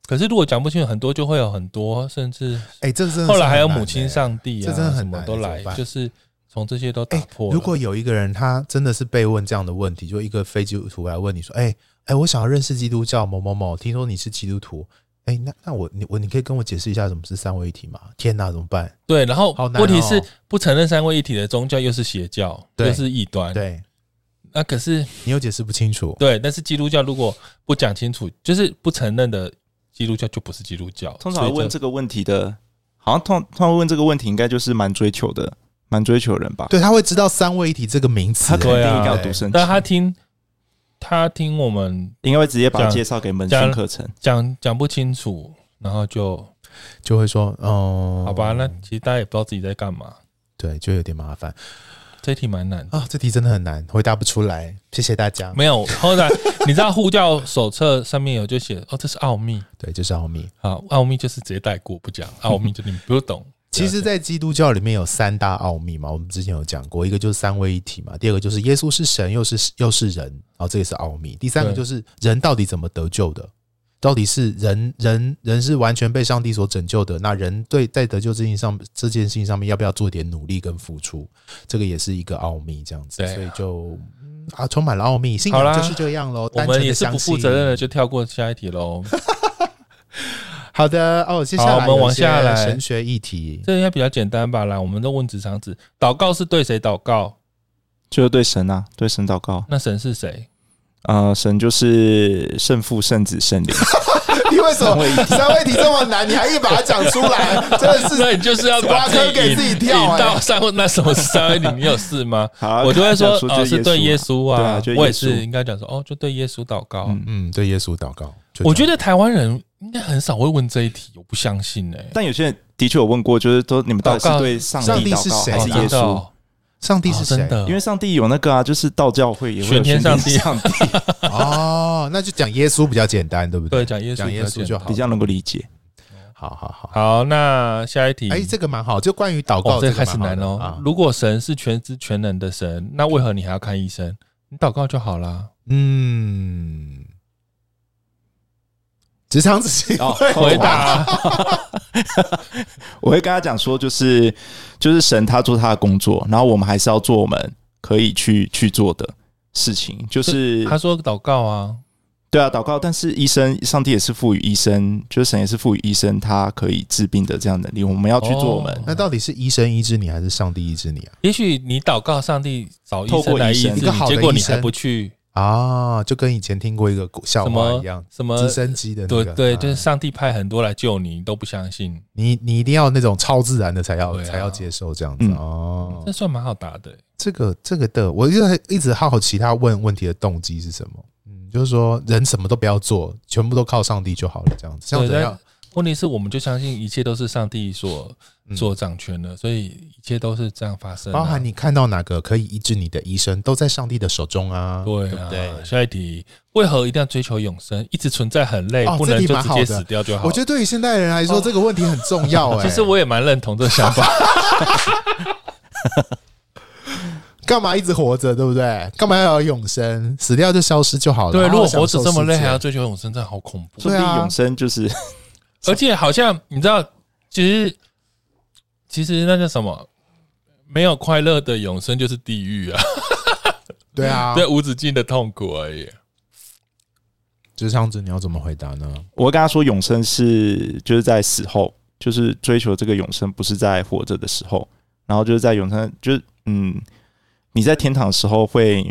S1: 可是如果讲不清楚，很多就会有很多，甚至
S3: 哎，这真的是
S1: 后来还有
S3: 很难
S1: 母亲
S3: 欸
S1: 上帝啊，
S3: 这真的很
S1: 什么
S3: 难
S1: 都
S3: 怎么
S1: 来，
S3: 办
S1: 就是从这些都打破了、
S3: 如果有一个人他真的是被问这样的问题，就一个非基督徒来问你说：“哎、哎、我想要认识基督教某某某，听说你是基督徒，哎、那那我你我你可以跟我解释一下什么是三位一体吗？”天哪，怎么办？
S1: 对，然后
S3: 好难哦
S1: 问题是不承认三位一体的宗教又是邪教，
S3: 对
S1: 又是异端。
S3: 对
S1: 那可是
S3: 你又解释不清楚，
S1: 对，但是基督教如果不讲清楚，就是不承认的基督教就不是基督教。
S4: 通常会
S1: 所以
S4: 问这个问题的，好像通通常会问这个问题，应该就是蛮追求的，蛮追求人吧？
S3: 对他会知道三位一体这个名词，欸
S4: 他肯定
S1: 对啊
S4: 应该要读圣经
S1: 但，他听他听我们
S4: 应该会直接把
S1: 这
S4: 它
S1: 样
S4: 介绍给门
S1: 这样
S4: 训课程。
S1: 讲讲不清楚，然后就
S3: 就会说：“哦、
S1: 好吧，那其实大家也不知道自己在干嘛，
S3: 对，就有点麻烦
S1: 这一题蛮难的。
S3: 啊，这题真的很难，回答不出来。谢谢大家。
S1: 没有，后来你知道护教手册上面有就写哦，这是奥秘
S3: 对，就是奥秘。
S1: 啊，奥秘就是直接带过不讲，奥秘就你们不懂。
S3: 其实，在基督教里面有三大奥秘嘛，我们之前有讲过，一个就是三位一体嘛，第二个就是耶稣是神又是又是人，然后这个是奥秘，第三个
S1: 对
S3: 就是人到底怎么得救的，到底是人人人是完全被上帝所拯救的，那人对在得救这件事上这件事情上面要不要做点努力跟付出，这个也是一个奥秘，这样子，
S1: 对啊
S3: 所以就嗯啊充满了奥秘，信
S1: 好
S3: 仰
S1: 啦
S3: 就是这样喽，
S1: 我
S3: 单纯
S1: 们
S3: 地
S1: 也是
S3: 相
S1: 不负
S3: 信
S1: 责任的，就跳过下一题喽。
S3: 好的哦，接下
S1: 好我
S3: 来
S1: 们
S3: 有一
S1: 往下
S3: 些
S1: 来
S3: 神学议题，
S1: 这应该比较简单吧？来，我们都问职场子，祷告是对谁祷告？
S4: 就是对神啊，对神祷告。
S1: 那神是谁？
S4: 呃，神就是圣父、圣子、圣灵。
S3: 你为什么三位题这么难，你还硬把它讲出来，真的是
S1: 那你就是要把
S3: 挖坑给
S1: 引
S3: 自己跳
S1: 引
S3: 哎
S1: 到上那什么三位，你有事 吗？
S4: 好啊
S1: 我就会说
S4: 讲
S1: 哦，
S4: 就是
S1: 对耶稣
S4: 对啊
S1: 啊
S4: 就，
S1: 我也
S4: 耶稣
S1: 是应该讲说哦，就对耶稣祷告。
S4: 嗯
S3: 嗯，对耶啊稣祷告。就这样
S1: 我觉得台湾人应该很少会问这一题，我不相信哎、
S4: 但有些人的确有问过，就是说你们到底
S1: 祷告
S4: 是对上
S3: 上帝
S4: 帝祷
S3: 是
S4: 告
S3: 谁
S4: 还是
S3: 啊
S1: 真
S4: 耶
S1: 的
S4: 稣？
S1: 哦
S3: 上帝是
S1: 哦真
S3: 谁？
S1: 的，
S4: 因为上帝有那个啊，就是道教会也会
S1: 玄
S4: 有
S1: 天
S4: 上
S1: 上帝
S4: 上帝
S3: 哦，那就讲耶稣比较简单，对不
S1: 对
S3: 对？
S1: 讲耶稣
S3: 讲耶稣
S1: 比较
S3: 就
S1: 简单
S3: 好
S4: 比。较能够理解。
S3: 好好好。
S1: 好，那下一题，
S3: 哎，这个蛮好，就关于祷
S1: 嗯哦
S3: 告，，
S1: 这
S3: 个
S1: 开始
S3: 蛮好
S1: 难
S3: 的
S1: 哦
S3: 啊。
S1: 如果神是全知全能的神，那为何你还要看医生？你祷告就好 啦。
S3: 嗯，职场自己
S4: 哦，
S1: 回答，
S4: 我会跟他讲说，就是就是神他做他的工作，然后我们还是要做我们可以去去做的事情，就是
S1: 他说祷告啊，
S4: 对啊，祷告。但是医生，上帝也是赋予医生，就是神也是赋予医生他可以治病的这样的能力，我们要去做我们。
S1: 哦
S3: 那到底是医生医治你，还是上帝医治你
S1: 也许你祷告上帝找医
S4: 透
S1: 生
S4: 过
S1: 来
S4: 医
S1: 医治
S4: 生
S1: 你
S4: 一
S3: 个，好的
S1: 结果你
S3: 医生
S1: 还不去
S3: 啊？啊，就跟以前听过一个笑
S1: 什
S3: 话一
S1: 么
S3: 样，
S1: 什么
S3: 直升机的那
S1: 对
S3: 个，
S1: 对，
S3: 啊
S1: 就是上帝派很多来救你，你都不相信，
S3: 你你一定要那种超自然的才要
S1: 对啊
S3: 才要接受这样子
S4: 嗯
S3: 哦
S1: 这。算蛮好答的欸。
S3: 这个这个的，我就一直好奇他问问题的动机是什么。嗯，就是说人什么都不要做，全部都靠上帝就好了，这样子。这样
S1: 对，
S3: 子要
S1: 但问题是我们就相信一切都是上帝所
S3: 嗯
S1: 所掌权的，所以一切都是这样发生啊。
S3: 包含你看到哪个可以医治你的医生，都在上帝的手中啊。
S1: 对
S3: 对
S1: 啊，
S3: 不对？
S1: 下一题，为何一定要追求永生？一直存在很累，
S3: 哦
S1: 不
S3: 这
S1: 能
S3: 题
S1: 就
S3: 蛮
S1: 直
S3: 好
S1: 接
S3: 的
S1: 死掉就好。
S3: 我觉得对于现代人来说，
S1: 哦
S3: 这个问题很重 要。哎，
S1: 其实我也蛮认同这个想法。
S3: 干嘛一直活着，对不对？干嘛要有永生？死掉就消失就 好了。
S1: 对，
S3: 然
S1: 如
S3: 后
S1: 果
S3: 享
S1: 活着
S3: 受
S1: 这么累，
S3: 世界
S1: 还要追求永生，真的好恐怖。
S4: 说不定
S3: 对啊
S4: 永生就是
S1: 而且好像你知道，其实其实那叫什么？没有快乐的永生就是地狱啊，
S3: 对啊，
S1: 对，无止境的痛苦而已。
S3: 职场子你要怎么回答呢？
S4: 我会跟他说，永生是就是在死后，就是追求这个永生，不是在活着的时候。然后就是在永生，就是嗯，你在天堂的时候会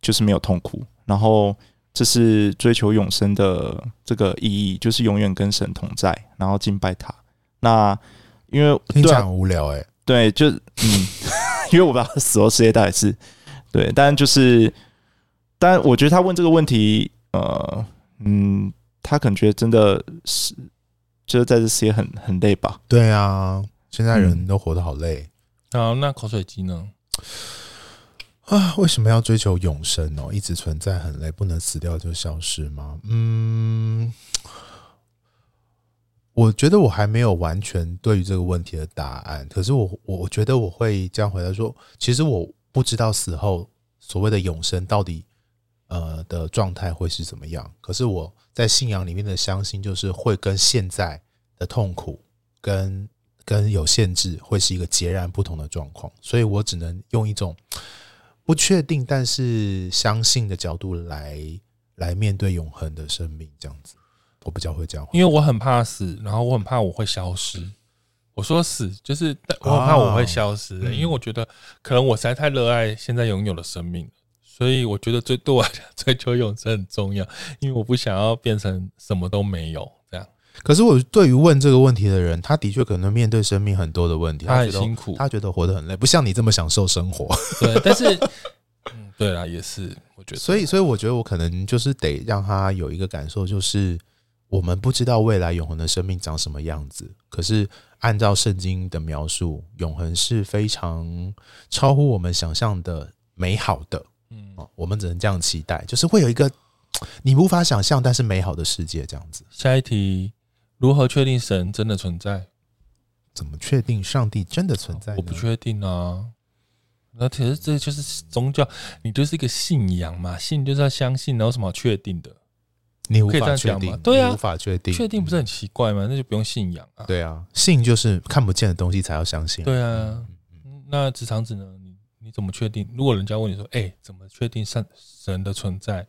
S4: 就是没有痛苦，然后这是追求永生的这个意义，就是永远跟神同在，然后敬拜他。那因为
S3: 听起
S4: 对
S3: 来
S4: 啊
S3: 很无聊哎、
S4: 对，就嗯，因为我不知道死后世界到底是对，但就是，但我觉得他问这个问题，呃，嗯，他可能觉得真的是，就是在这世界很很累吧。
S3: 对啊，现在人
S4: 嗯
S3: 都活得好累、
S1: 好，那口水鸡呢？
S3: 啊！为什么要追求永生哦？一直存在很累，不能死掉就消失吗？嗯，我觉得我还没有完全对于这个问题的答案。可是我我我觉得我会这样回答说，其实我不知道死后所谓的永生到底呃的状态会是怎么样。可是我在信仰里面的相信，就是会跟现在的痛苦跟跟有限制会是一个截然不同的状况，所以我只能用一种不确定但是相信的角度来来面对永恒的生命，这样子，我比较会这样回答。
S1: 因为我很怕死，然后我很怕我会消失。我说死就是，但我很怕我会消失、欸
S3: 嗯
S1: 因为我觉得可能我实在太热爱现在拥有的生命了，所以我觉得追对我来讲追求永生很重要，因为我不想要变成什么都没有这样。
S3: 可是我对于问这个问题的人，他的确可能面对生命很多的问题，
S1: 他很
S3: 觉得
S1: 辛苦
S3: 他觉得活得很累，不像你这么享受 生活。
S1: 对，但是，嗯，对啊啦，也是，我觉得，
S3: 所以，所以我觉得我可能就是得让他有一个感受，就是我们不知道未来永恒的生命长什么样子。可是，按照圣经的描述，永恒是非常超乎我们想象的美好的
S1: 嗯，
S3: 哦，我们只能这样期待，就是会有一个你无法想象但是美好的世界这样子。
S1: 下一题，如何确定神真的存在？哦
S3: 怎么确定上帝真的存在呢？
S1: 我不确定啊。那其实这就是宗教，你就是一个信仰嘛，信就是要相信，然后什么好确定的？
S3: 你无
S1: 可以这
S3: 法
S1: 样
S3: 确
S1: 讲吗
S3: 定，
S1: 对啊
S3: 你无法确定，嗯
S1: 确定不是很奇怪吗？那就不用信仰啊。
S3: 对啊，信就是看不见的东西才要相信。
S1: 对啊
S3: 嗯，
S1: 嗯那职场子呢？你你怎么确定？如果人家问你说，哎、怎么确定上神的存在？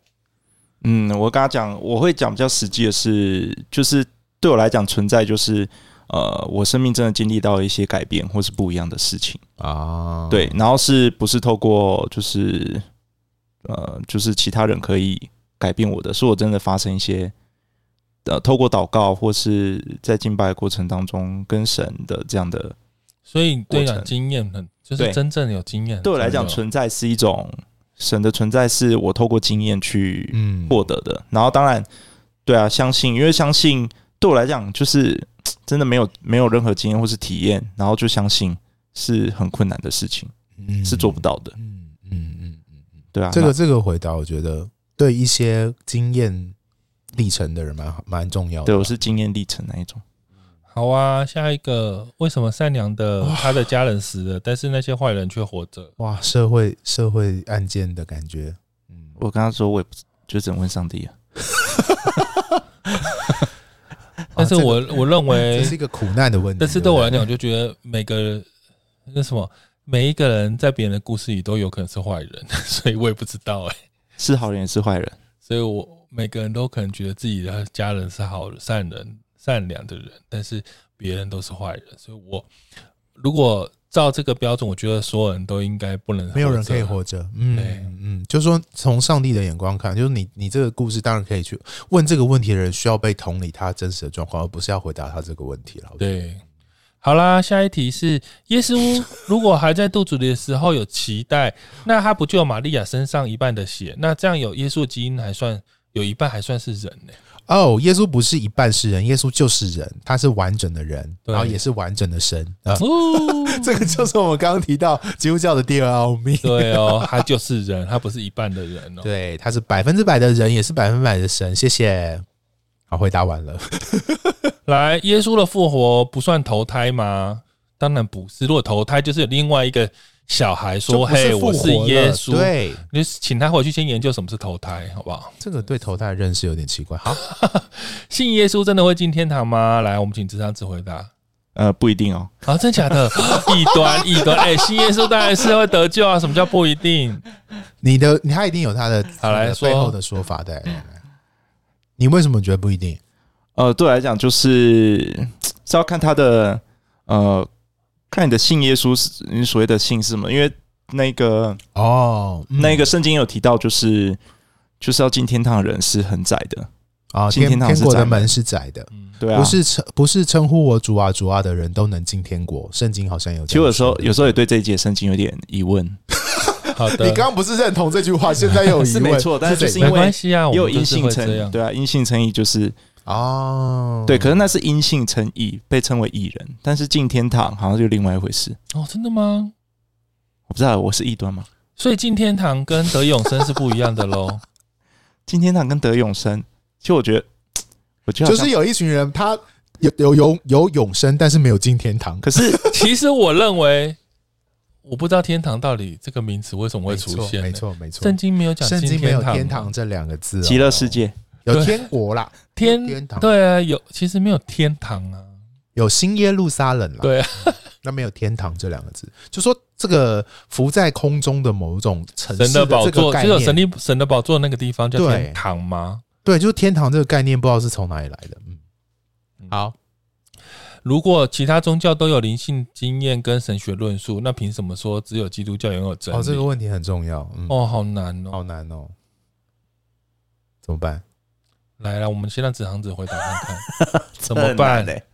S4: 嗯，我跟他讲，我会讲比较实际的是，就是对我来讲，存在就是呃，我生命真的经历到一些改变或是不一样的事情。
S3: 啊，
S4: 对，然后是不是透过就是呃，就是其他人可以改变我的，是我真的发生一些呃，透过祷告或是在敬拜的过程当中跟神的这样的，
S1: 所以对你
S4: 过
S1: 讲
S4: 程
S1: 经验很，就是
S4: 对
S1: 真正有经验。
S4: 对我来讲，
S1: 真的有
S4: 存在是一种神的存在，是我透过经验去
S3: 嗯
S4: 获得的。然后当然，对啊，相信，因为相信对我来讲就是真的没有没有任何经验或是体验，然后就相信是很困难的事情。
S3: 嗯
S4: 是做不到的，
S3: 嗯嗯嗯嗯，
S4: 对啊。
S3: 这个
S4: 那
S3: 这个回答，我觉得对一些经验历程的人蛮好蛮重要的。啊
S4: 对我是经验历程那一种，
S1: 好啊，下一个为什么善良的他的家人死了，但是那些坏人却活着？
S3: 哇，社会社会案件的感觉，嗯，
S4: 我跟他说我也不知就只能问上帝啊。
S1: 但是
S4: 啊
S3: 啊这个
S1: 我、我认为
S3: 这是一个苦难的问题。
S1: 但是对
S3: 不
S1: 我来讲，我就觉得每个那什么，每一个人在别人的故事里都有可能是坏人， 所以我也不知道哎、
S4: 是好人也是坏人，
S1: 所以我每个人都可能觉得自己的家人是好人、善人、善良的人，但是别人都是坏人，所以我如果照这个标准，我觉得所有人都应该不能，啊
S3: 没有人可以。活着。嗯
S1: 对
S3: 嗯，就是说从上帝的眼光看，就是你你这个故事当然可以去问这个问题的人需要被同理他真实的状况，而不是要回答他这个问题了。，
S1: 对，好啦，下一题是耶 稣如果还在肚子里的时候有脐带，那他不就有玛利亚身上一半的血？那这样有耶稣的基因还算有一半还算是人呢、
S3: 哦，耶稣不是一半是人，耶稣就是人，他是完整的人，
S1: 对
S3: 然后也是完整 的神啊。
S1: 哦，
S3: 这个就是我们刚刚提到基督教的第二奥秘。
S1: 对哦，他就是人，他不是一半的人哦。
S3: 对，他是百分之百的人，也是百分之百的神。谢谢。好，回答完了。
S1: 来，耶稣的复活不算投胎吗？当然不是，如果投胎就是有另外一个小孩说：“嘿，
S3: 就不
S1: 我
S3: 复
S1: 是
S3: 活了
S1: 耶稣。”，
S3: 对，
S1: 你就请他回去先研究什么是投胎，好不好？
S3: 这个对投胎的认识有点奇怪。好，
S1: 信耶稣真的会进天堂吗？来，我们请智商子回答。
S4: 呃，不一定哦。
S1: 啊，真假的？ 异端，异端！哎、信耶稣当然是会得救啊！什么叫不一定？
S3: 你的他一定有他的
S1: 好来
S3: 他的
S1: 说
S3: 背后的说法。对，来来你为什么觉得不一定？
S4: 呃，对我来讲就是是要看他的呃，看你的信耶稣是你所谓的信是什么，因为那个、
S3: 哦，嗯
S4: 那个圣经有提到，就是就是要进天堂的人是很窄的，
S3: 啊，
S4: 进
S3: 天
S4: 天堂是
S3: 天国
S4: 窄
S3: 的
S4: 的
S3: 门是窄的，
S1: 嗯，
S4: 对啊。
S3: 不，是称不是称呼我主啊主啊的人都能进天国。圣经好像有这样说。
S4: 其实我有时候有时候也对这一节圣经有点疑问，
S1: 好的，
S3: 你刚刚不是认同这句 话，现在又有疑
S4: 是
S3: 问，
S4: 没错，但是就是
S3: 谁
S4: 因
S1: 没
S4: 为
S1: 关系啊，我
S4: 也有
S1: 们就
S4: 阴
S1: 是会
S4: 性
S1: 这
S4: 称
S1: 样
S4: 义，。对啊，阴性称义就是
S3: 哦，
S4: 对，可是那是阴性称义，被称为义人，但是进天堂好像就另外一回事。
S1: 哦，真的吗？
S4: 我不知道我是异端吗？
S1: 所以进天堂跟得永生是不一样的喽。
S4: 进天堂跟得永生，其实我觉得，我觉得好
S3: 就
S4: 像
S3: 是有一群人他有有有有永生，但是没有进天堂。
S4: 可是啊
S1: 其实我认为，我不知道天堂到底这个名词为什么会
S3: 没
S1: 出
S3: 错，
S1: 现呢、
S3: 没错，没错。
S1: 圣经没有讲
S3: 圣
S1: 进
S3: 经没有
S1: 堂，
S3: 天堂这两个字、哦，
S4: 极乐世界。
S3: 有天国啦，
S1: 天
S3: 天堂
S1: 对啊，有其实没有天堂啊。
S3: 有新耶路撒冷啦，
S1: 对啊，
S3: 那没有天堂这两个字，就说这个浮在空中的某种城市
S1: 神的宝
S3: 这个
S1: 座
S3: 概
S1: 只有神
S3: 念，
S1: 力神的宝座那个地方叫
S3: 对
S1: 天堂吗？
S3: 对，就是天堂这个概念，不知道是从哪里来的。嗯，好，
S1: 如果其他宗教都有灵性经验跟神学论述，那凭什么说只有基督教拥有真理？
S3: 哦，这个问题很重要，嗯，
S1: 哦好难哦。
S3: 好难哦，怎么办？
S1: 来来，我们先让子航子回答看看， 怎
S4: 这
S1: 么
S4: 很
S1: 办
S4: 难？欸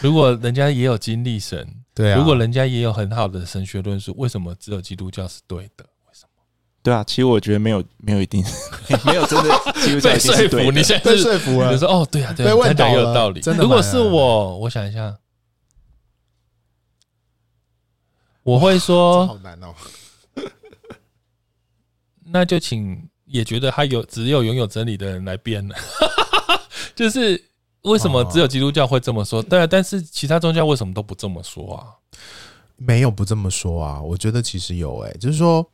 S1: 如果人家也有经历神，
S3: 对啊，
S1: 如果人家也有很好的神学论述，为什么只有基督教是对的？为什么？
S4: 对啊，其实我觉得没有没有一定， 没有真的基督教
S1: 被
S4: 一定
S1: 说
S4: 是对
S1: 服，
S4: 的
S1: 你现在
S3: 被
S1: 是
S3: 说服
S1: 你
S3: 了
S1: 就，说哦，对啊，对
S3: 被
S1: 啊，
S3: 问
S1: 他讲也
S3: 倒
S1: 有
S3: 了
S1: 道理。
S3: 真的
S1: 如果
S3: 蛮
S1: 是
S3: 难的
S1: 我，我想一下，我会
S3: 这
S1: 说
S3: 好难哦。
S1: 那就请也觉得他有只有拥有真理的人来编了， 就是为什
S3: 哦
S1: 么只有基督教会这么说？对啊，但是其他宗教为什么都不这么说啊？
S3: 没有不这么说啊，我觉得其实有诶、欸就是说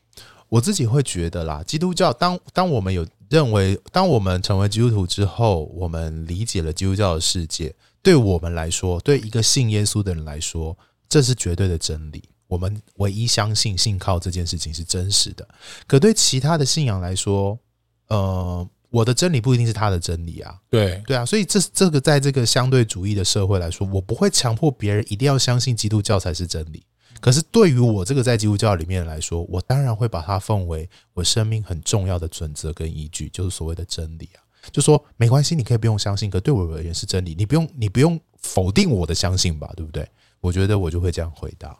S3: 我自己会觉得啦，基督教当当我们有认为，当我们成为基督徒之后，我们理解了基督教的世界，对我们来说，对一个信耶稣的人来说，这是绝对的真理。我们唯一相信信靠这件事情是真实的，可对其他的信仰来说，呃，我的真理不一定是他的真理啊。
S1: 对，
S3: 对啊，所以这这个在这个相对主义的社会来说，我不会强迫别人一定要相信基督教才是真理。可是对于我这个在基督教里面来说，我当然会把它奉为我生命很重要的准则跟依据，就是所谓的真理啊。就说没关系，你可以不用相信，可对我而言是真理。你不用，你不用否定我的相信吧，对不对？我觉得我就会这样回答。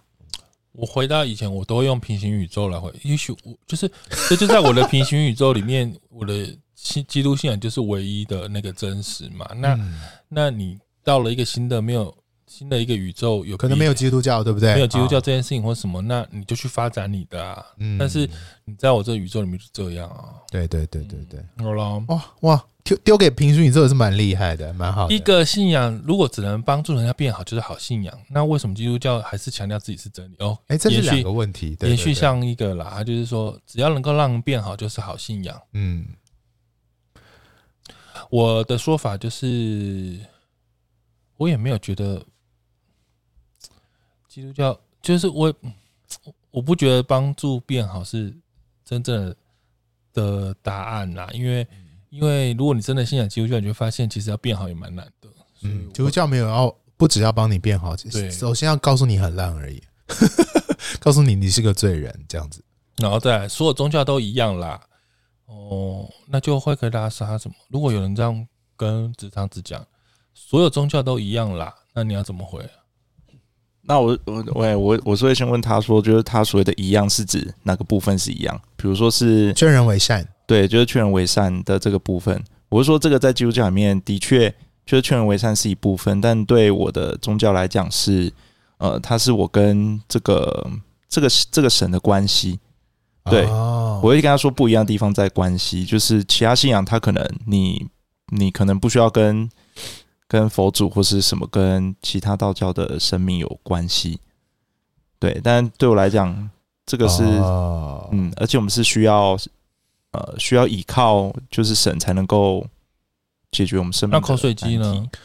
S1: 我回到以前，我都会用平行宇宙来回，也许我就是 这就在我的平行宇宙里面，我的信基督信仰就是唯一的那个真实嘛。那、
S3: 嗯
S1: 那你到了一个新的没有新的一个宇宙有
S3: 可能没有基督教，对不对？
S1: 没有基督教
S3: 啊，
S1: 这件事情或什么，那你就去发展你的啊。
S3: 嗯
S1: 但是你在我这个宇宙里面就这样啊。
S3: 对对对对对，
S1: 好了，
S3: 哇哇，丢丢给平均宇宙也是蛮厉害的，蛮好的。
S1: 一个信仰如果只能帮助人家变好，就是好信仰。那为什么基督教还是强调自己是真理？哦，
S3: 哎，这是
S1: 延续
S3: 两个问题，对
S1: 延
S3: 对
S1: 续
S3: 对
S1: 上一个啦，它就是说只要能够让人变好，就是好信仰。
S3: 嗯，
S1: 我的说法就是，我也没有觉得基督教就是我，我不觉得帮助变好是真正的答案啦，因为
S3: 嗯
S1: 因为如果你真的信仰基督教，你就会发现其实要变好也蛮难的。所以
S3: 嗯，
S1: 我
S3: 基督教没有要不只要帮你变好，
S1: 对
S3: 首先要告诉你很烂而已， 告诉你你是个罪人这样子。
S1: 然后再来，所有宗教都一样啦。哦，那就会跟大家杀啊什么？如果有人这样跟职场子讲，所有宗教都一样啦，那你要怎么回？
S4: 那我我喂我我是会先问他说，就是他所谓的一样是指哪个部分是一样？比如说是
S3: 劝人为善，
S4: 对，就是劝人为善的这个部分。我是说，这个在基督教里面的确就是劝人为善是一部分，但对我的宗教来讲是，呃，它是我跟这个这个这个神的关系。对
S3: 哦
S4: 我会跟他说，不一样的地方在关系，就是其他信仰，他可能你你可能不需要跟跟佛祖或是什么跟其他道教的神明有关系。对，但对我来讲，这个是、
S3: 哦
S4: 嗯，而且我们是需要呃需要依靠就是神才能够解决我们生命
S1: 那
S4: 的
S1: 口水鸡
S4: 嗯难
S1: 呢
S4: 题？？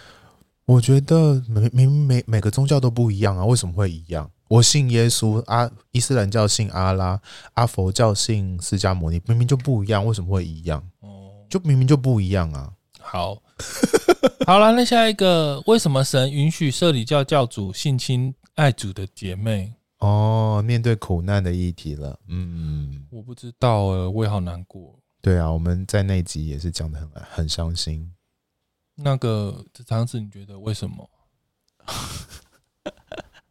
S3: 我觉得每每每每个宗教都不一样啊，为什么会一样？我信耶稣，阿伊斯兰教信阿拉，阿佛教信释迦牟尼，明明就不一样，为什么会一样？
S1: 哦，
S3: 就明明就不一样啊！
S1: 好， 好了，那下一个，为什么神允许社里教教主性侵爱主的姐妹？
S3: 哦，面对苦难的议题了，嗯，
S1: 我不知道呃，我也好难过。
S3: 对啊，我们在那集也是讲的很很伤心，
S1: 那个这张子，你觉得为什么？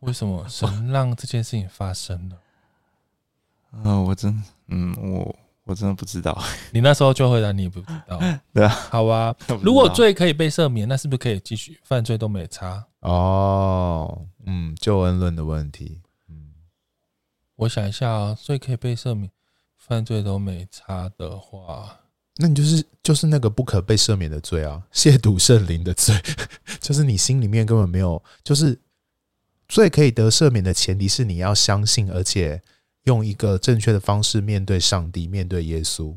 S1: 为什么神让这件事情发生了？
S4: 嗯、我真嗯，我我真的不知道。
S1: 你那时候就回答你也不知道，
S4: 对啊
S1: 好吧。如果罪可以被赦免，那是不是可以继续犯罪都没差？
S3: 哦，嗯，救恩论的问题，嗯，
S1: 我想一下啊，罪可以被赦免，犯罪都没差的话，
S3: 那你就是就是那个不可被赦免的罪啊，亵渎圣灵的罪， 就是你心里面根本没有，就是罪可以得赦免的前提是你要相信，而且用一个正确的方式面对上帝，面对耶稣。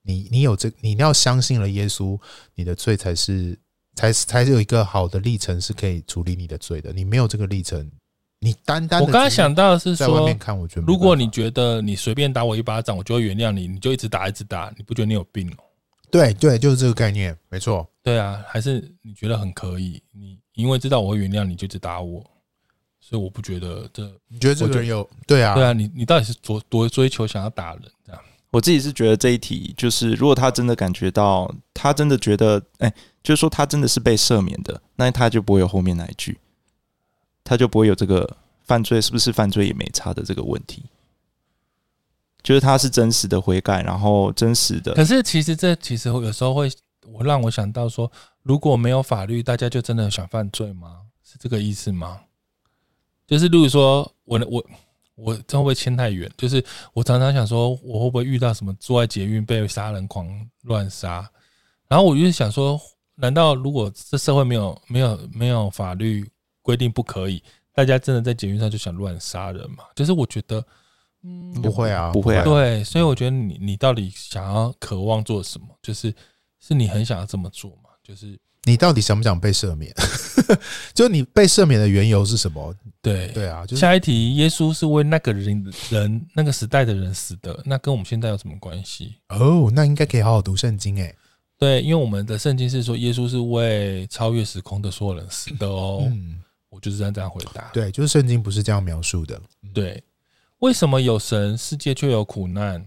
S3: 你你有这，你要相信了耶稣，你的罪才是才才有一个好的历程是可以处理你的罪的。你没有这个历程，你单单
S1: 我
S3: 地
S1: 刚刚
S3: 只是
S1: 想到的是
S3: 在外
S1: 说
S3: 面，看，我觉得没
S1: 如果
S3: 办法
S1: 你觉得你随便打我一巴掌，我就会原谅你，你就一直打一直打，你不觉得你有病哦、
S3: 对对，就是这个概念，没错。
S1: 对啊，还是你觉得很可以？你因为知道我会原谅你，就一直打我，所以我不觉得这
S3: 你觉得这
S1: 我觉
S3: 个
S1: 得
S3: 人有对啊？
S1: 对啊，你你到底是多多追求想要打人这样？
S4: 我自己是觉得这一题就是，如果他真的感觉到，他真的觉得，哎、就是说他真的是被赦免的，那他就不会有后面那一句，他就不会有这个犯罪是不是犯罪也没差的这个问题。就是他是真实的悔改，然后真实的
S1: 可是其实这其实有时候会我让我想到说，如果没有法律，大家就真的想犯罪吗？是这个意思吗？就是例如说我我我这会不会牵太远？就是我常常想说，我会不会遇到什么坐在捷运被杀人狂乱杀？然后我就是想说，难道如果这社会没有没有没有法律规定不可以，大家真的在捷运上就想乱杀人吗？就是我觉得，嗯，
S3: 不会啊，
S4: 不会啊
S1: 对，所以我觉得你你到底想要渴望做什么？就是是你很想要这么做嘛？就是
S3: 你到底想不想被赦免？ 就你被赦免的缘由是什么？
S1: 对。
S3: 对啊，就是
S1: 下一题，耶稣是为那个人人那个时代的人死的，那跟我们现在有什么关系？
S3: 哦，那应该可以好好读圣经欸诶。
S1: 对，因为我们的圣经是说耶稣是为超越时空的所有人死的哦。
S3: 嗯，
S1: 我就是这样这样回答。
S3: 对，就是圣经不是这样描述的，
S1: 对，为什么有神，世界却有苦难？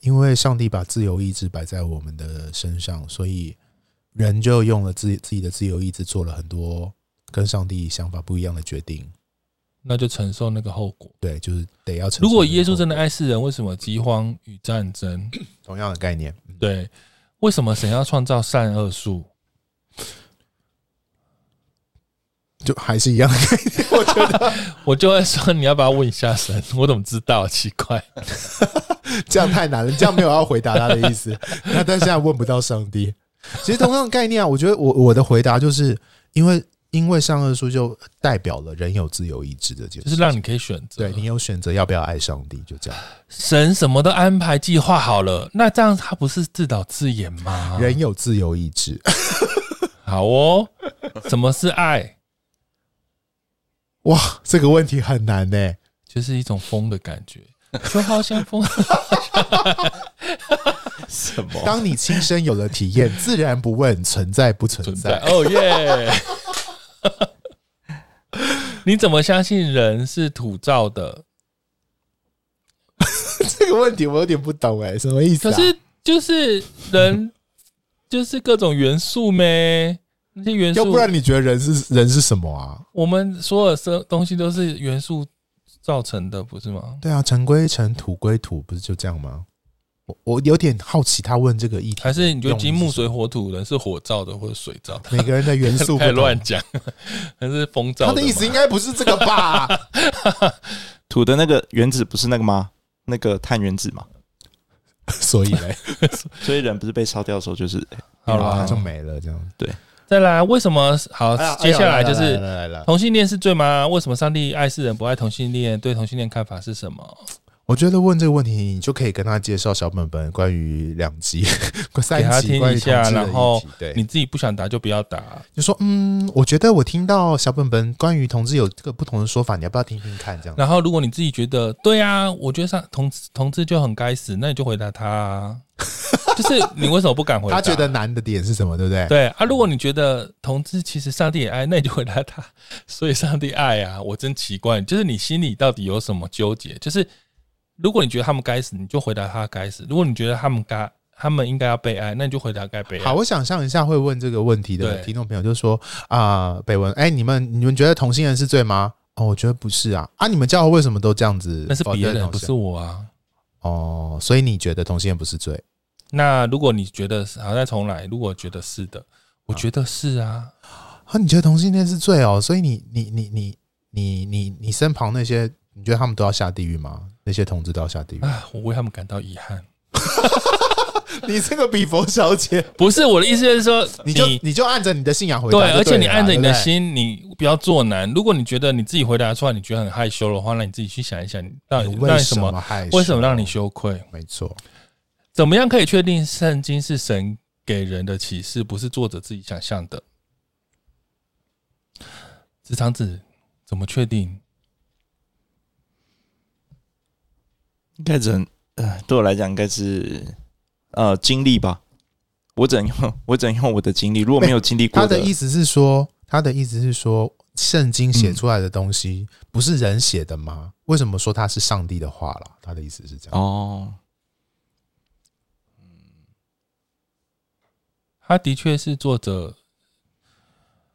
S3: 因为上帝把自由意志摆在我们的身上，所以人就用了自己自己的自由意志做了很多跟上帝想法不一样的决定。
S1: 那就承受那个后果。
S3: 对，就是得要承受
S1: 如果耶稣真的
S3: 这个后
S1: 爱世人，为什么饥荒与战争？
S3: 果同样的概念，嗯
S1: 对，为什么神要创造善恶树？
S3: 就还是一样的概念。我觉得
S1: 我就会说你要不要问一下神？我怎么知道？奇 怪，
S3: 这样太难了，这样没有要回答他的意思。 那但现在问不到上帝，其实同样的概念啊，我觉得我我的回答就是因为因为善恶书就代表了人有自由意志的，就
S1: 就是让你可以选择。
S3: 对你有选择要不要爱上帝，就这样。
S1: 神什么都安排计划好了，那这样他不是自导自演吗？
S3: 人有自由意志，
S1: 好哦，什么是爱？
S3: 哇，这个问题很难呢、
S1: 就是一种风的感觉，就好像风。
S4: 什么？
S3: 当你亲身有了体验，自然不问存在不存
S1: 存 在。
S3: 在。
S1: 哦耶！你怎么相信人是土造的？
S3: 这个问题我有点不懂哎、什么意思、
S1: 可
S3: 啊？
S1: 是就是人，就是各种元素咩？那些元
S3: 要
S1: 素
S3: 不，然你觉得人是人是什么啊？
S1: 我们所有生东西都是元素造成的，不是吗？
S3: 对啊，尘归尘，土归土，不是就这样吗？我我有点好奇，他问这个议题，
S1: 还是你觉得
S3: 用意
S1: 金木
S3: 是什
S1: 水火土人是火造的或者水造的？
S3: 么每个人的元素不
S1: 太
S3: 同
S1: 乱讲，还是风造
S3: 他
S1: 的吗？
S3: 的意思应该不是这个 吧？
S4: 土的那个原子不是那个吗？那个碳原子嘛，
S3: 所以嘞，
S4: 所以人不是被烧掉的时候就是
S1: 好
S3: 啊
S1: 了，
S3: 就没了这样。
S1: 再来，为什么好？
S3: 哎呀
S1: 接下来就
S3: 哎
S1: 是
S3: 呀来来来来，
S1: 同性恋是罪吗？为什么上帝爱世人不爱同性恋？对同性恋看法是什么？
S3: 我觉得问这个问题，你就可以跟他介绍小本本关于两集、
S1: 给他
S3: 三集
S1: 听
S3: 关于
S1: 一
S3: 同
S1: 下，
S3: 志的
S1: 然
S3: 议
S1: 后
S3: 题。对，
S1: 你自己不想答就不要答。
S3: 就说嗯，我觉得我听到小本本关于同志有这个不同的说法，你要不要听听看？这样
S1: 然后如果你自己觉得对啊，我觉得上同同志就很该死，那你就回答他、啊。 就是你为什么不敢回答？
S3: 他觉得难的点是什么？对不对？
S1: 对啊。如果你觉得同志其实上帝也爱，那你就回答他。所以上帝爱啊，我真奇怪，就是你心里到底有什么纠结？就是如果你觉得他们该死，你就回答他该死；如果你觉得他们该他们应该要被爱，那你就回答该被爱。
S3: 好，我想象一下会问这个问题的
S1: 对
S3: 听众朋友，就说啊、北文，哎、你们你们觉得同性恋是罪吗？哦，我觉得不是啊，啊，你们教会为什么都这样子？
S1: 那是别
S3: 哦对
S1: 人，不
S3: 同性
S1: 是我啊。
S3: 哦，所以你觉得同性恋不是罪？
S1: 那如果你觉得是，好，再重来。如果觉得是的，我觉得是啊。
S3: 啊，你觉得同性恋是罪哦？所以你你你你你你你身旁那些，你觉得他们都要下地狱吗？那些同志都要下地狱？
S1: 啊，我为他们感到遗憾。
S3: 你这个比佛小姐，
S1: 不是我的意思是说，
S3: 你就你就按着你的信仰回答
S1: 对
S3: 就了啦，，啊
S1: 而且你按着你的
S3: 对不对
S1: 心，你不要做难。如果你觉得你自己回答出来，你觉得很害羞的话，那你自己去想一想，你到底
S3: 你
S1: 让
S3: 为
S1: 你什么，
S3: 害羞？
S1: 为什么让你？羞愧？
S3: 没错，
S1: 怎么样可以确定圣经是神给人的启示，不是作者自己想象的？职场子怎么确定？
S4: 应该只能，呃，对我来讲应该是呃经历吧。我只能用我只能用我的经历，如果没有经历过
S3: 他的意
S4: 思
S3: 思是说，他的意思是说，圣经写出来的东西不是人写的吗？为什么说它是上帝的话了？他的意思是这样。
S4: 哦，
S1: 他的确是作者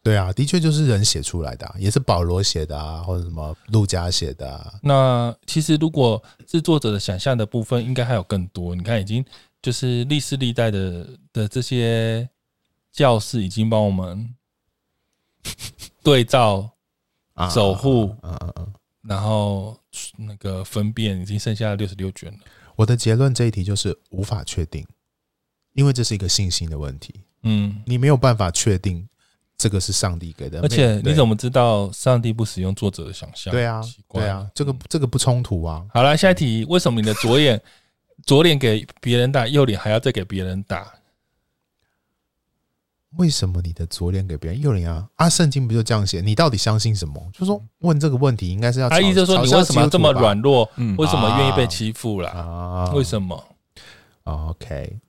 S3: 对啊，的确就是人写出来的、啊，也是保罗写的啊，或者什么路加写的啊。
S1: 那其实如果是作者的想象的部分，应该还有更多。你看，已经就是历世历代的的这些教士已经帮我们 对照，
S3: 啊
S1: 守护
S3: 嗯嗯嗯。
S1: 然后那个分辨，已经剩下六十六卷了。
S3: 我的结论这一题就是无法确定，因为这是一个信心的问题，
S1: 嗯，
S3: 你没有办法确定这个是上帝给的，
S1: 而且你怎
S3: 么
S1: 么知道上帝不使用作者的想象？
S3: 对啊
S1: 奇？怪嗯
S3: 对啊，这个这个不冲突啊。
S1: 好了，下一题，为什么你的左眼左脸给别人打，右脸还要再给别人
S3: 啊
S1: 打？
S3: 为什么你的左脸给别人右脸啊？啊，圣经不就这样写？你到底相信什么？就说问这个问题，应该是要
S1: 嗯他意思
S3: 就
S1: 就说你为什么要这么软弱？
S4: 嗯
S1: 为什么愿意被欺负啦？
S3: 啊？哦
S1: 为什么？
S3: 么、o k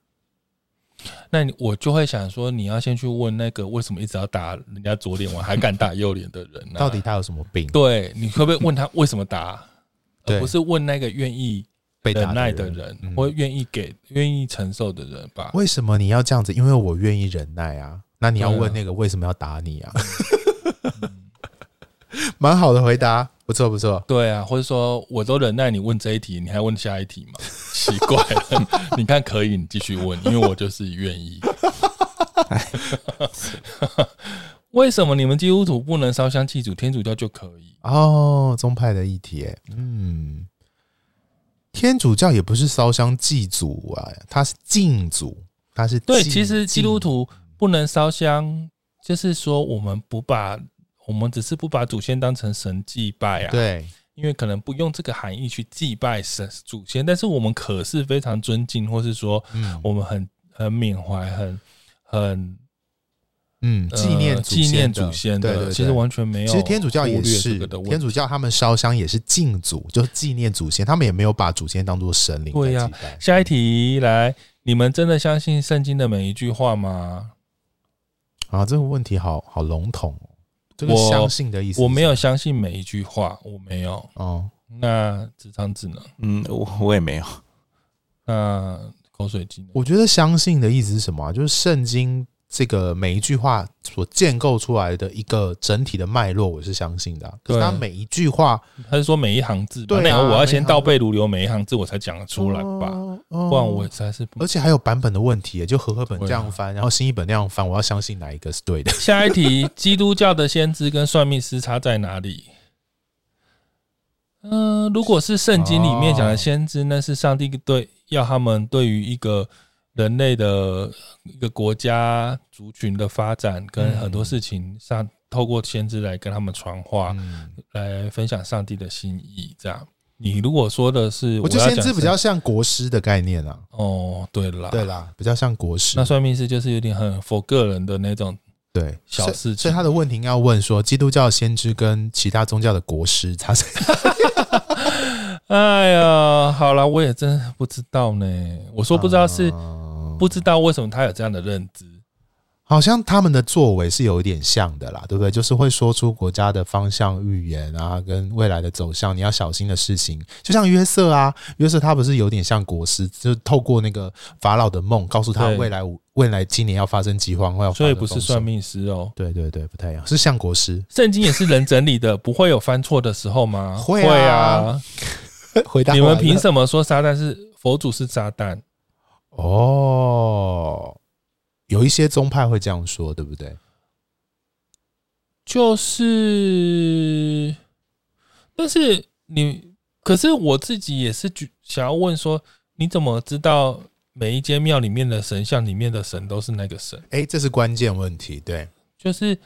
S1: 那你我就会想说，你要先去问那个为什么一直要打人家左脸，我还敢打右脸的人呢、
S3: 到底他有什么病？
S1: 对，你会不会问他为什么打，
S3: 对
S1: 而不是问那个愿意
S3: 被打
S1: 忍耐
S3: 的
S1: 的
S3: 人
S1: 人
S3: 嗯，
S1: 或愿意给、愿意承受的人吧？
S3: 为什么你要这样子？因为我愿意忍耐啊。那你要
S1: 对啊嗯
S3: 问那个为什么要打你啊？ 蛮好的回答，不错不错。
S1: 对啊，或者说我都忍耐你问这一题，你还问下一题 吗？奇怪了， 你看可 以，你继续问，因为我就是愿意。 为什么你们基督徒不能烧香祭祖，天主教就可以？
S3: 哦，宗派的议题耶，嗯，天主教也不是烧香祭祖啊，它是敬祖，它是
S1: 对，
S3: 敬
S1: 其实基督
S3: 敬
S1: 徒不能烧香，就是说我们不把，我们只是不把祖先当成神祭拜啊，，
S3: 对
S1: 因为可能不用这个含义去祭拜神祖先，但是我们可是非常尊敬，或是说
S3: 嗯
S1: 我们很很缅怀，很很
S3: 嗯
S1: 呃
S3: 纪念祖
S1: 纪念
S3: 先的
S1: 祖先
S3: 对对对
S1: 其实完全没有，
S3: 其实天主教也是，天
S1: 主
S3: 主教他们烧香也是敬祖，就是纪念祖先，他们也没有把祖先当做神灵
S1: 对
S3: 来
S1: 呀
S3: 祭拜。
S1: 下一题来，你们真的相信圣经的每一句话吗？
S3: 啊，这个问题好好笼统哦，这个
S1: 我
S3: 相信的意思
S1: 我没有
S3: 是什
S1: 相信每一句话，我没有。
S3: 么哦，
S1: 那职场智能，
S4: 嗯，我我也没有。
S1: 那口水鸡呢？
S3: 我觉得相信的意思是什么啊、就是圣经这个每一句话所建构出来的一个整体的脉络，我是相信的啊、可是
S1: 对
S3: 它每一句话
S1: 他是说每一行字吧，
S3: 对啊
S1: 那个我要先
S3: 每一行
S1: 倒背如流每一行字，我才讲得出来吧，
S3: 哦
S1: 不然我实在是不
S3: 而。且还有版本的问题耶，就和合本
S1: 对啊
S3: 这样翻，然后新译本那样翻，我要相信哪一个是对的？
S1: 下一题，基督教的先知跟算命师差在哪里？嗯、如果是圣经里面讲的先知，那是上帝对要他们对于一个人类的一个国家族群的发展跟
S3: 嗯
S1: 很多事情上，透过先知来跟他们传话，
S3: 嗯
S1: 来分享上帝的心意。这样，你如果说的是
S3: 我觉
S1: 要
S3: 得先
S1: 讲
S3: 知比
S1: 圣
S3: 较像国师的概念啊，
S1: 哦，对啦，
S3: 对啦，比较像国师。
S1: 那算命师就是有点很佛个人的那种，
S3: 对
S1: 小
S3: 所以
S1: 事情
S3: 所以他的问题应该要问说，基督教先知跟其他宗教的国师，他是
S1: 哎呀，好了，我也真不知道呢。我说不知道是、
S3: 嗯
S1: 不知道为什么他有这样的认知，
S3: 好像他们的作为是有一点像的啦，对不对？就是会说出国家的方向预言啊，跟未来的走向，你要小心的事情。就像约瑟啊，约瑟他不是有点像国师，就是透过那个法老的梦，告诉他
S1: 对
S3: 未来五未来今年要发生饥荒，会要发生
S1: 所以不是
S3: 丰收
S1: 算。命师哦。
S3: 对对对，不太一样，是像 国师
S1: 圣经也是人整理的，不会有犯错的时候吗？
S3: 会啊
S1: 啊！
S3: 回答
S1: 你
S3: 完
S1: 们
S3: 了
S1: 凭什么说撒旦是佛祖是撒旦？
S3: 哦，有一些宗派会这样说，对不对？
S1: 就是，但是你，可是我自己也是觉想要问说，你怎么知道每一间庙里面的神像里面的神都是那个神？
S3: 哎，这是关键问题。对，
S1: 就是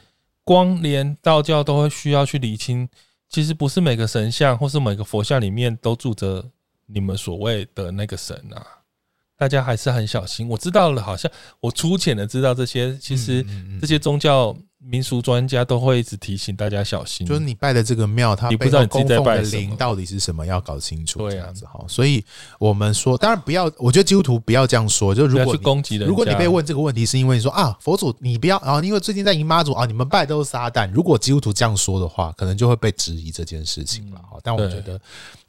S1: 光连道教都会需要去理清，其实不是每个神像或是每个佛像里面都住着你们所谓的那个神啊。大家还是很小心。我知道了，好像我粗浅的知道这些，其实
S3: 嗯嗯嗯
S1: 这些宗教民俗专家都会一直提醒大家小心。
S3: 就是你拜的这个庙，它
S1: 嗯你不知
S3: 背
S1: 道
S3: 后
S1: 你自己
S3: 供
S1: 在
S3: 奉的
S1: 拜什么
S3: 灵到底是什么，要搞清楚。
S1: 对啊
S3: 这样子哈。所以我们说，当然不要，我觉得基督徒不要这样说。就
S1: 不
S3: 如
S1: 要
S3: 果
S1: 去
S3: 你
S1: 攻击人家。
S3: 如果你被问这个问题，是因为你说啊，佛祖你不要啊，因为最近在姨妈祖啊，你们拜都是撒旦。如果基督徒这样说的话，可能就会被质疑这件事情了哈。但我
S1: 对
S3: 觉得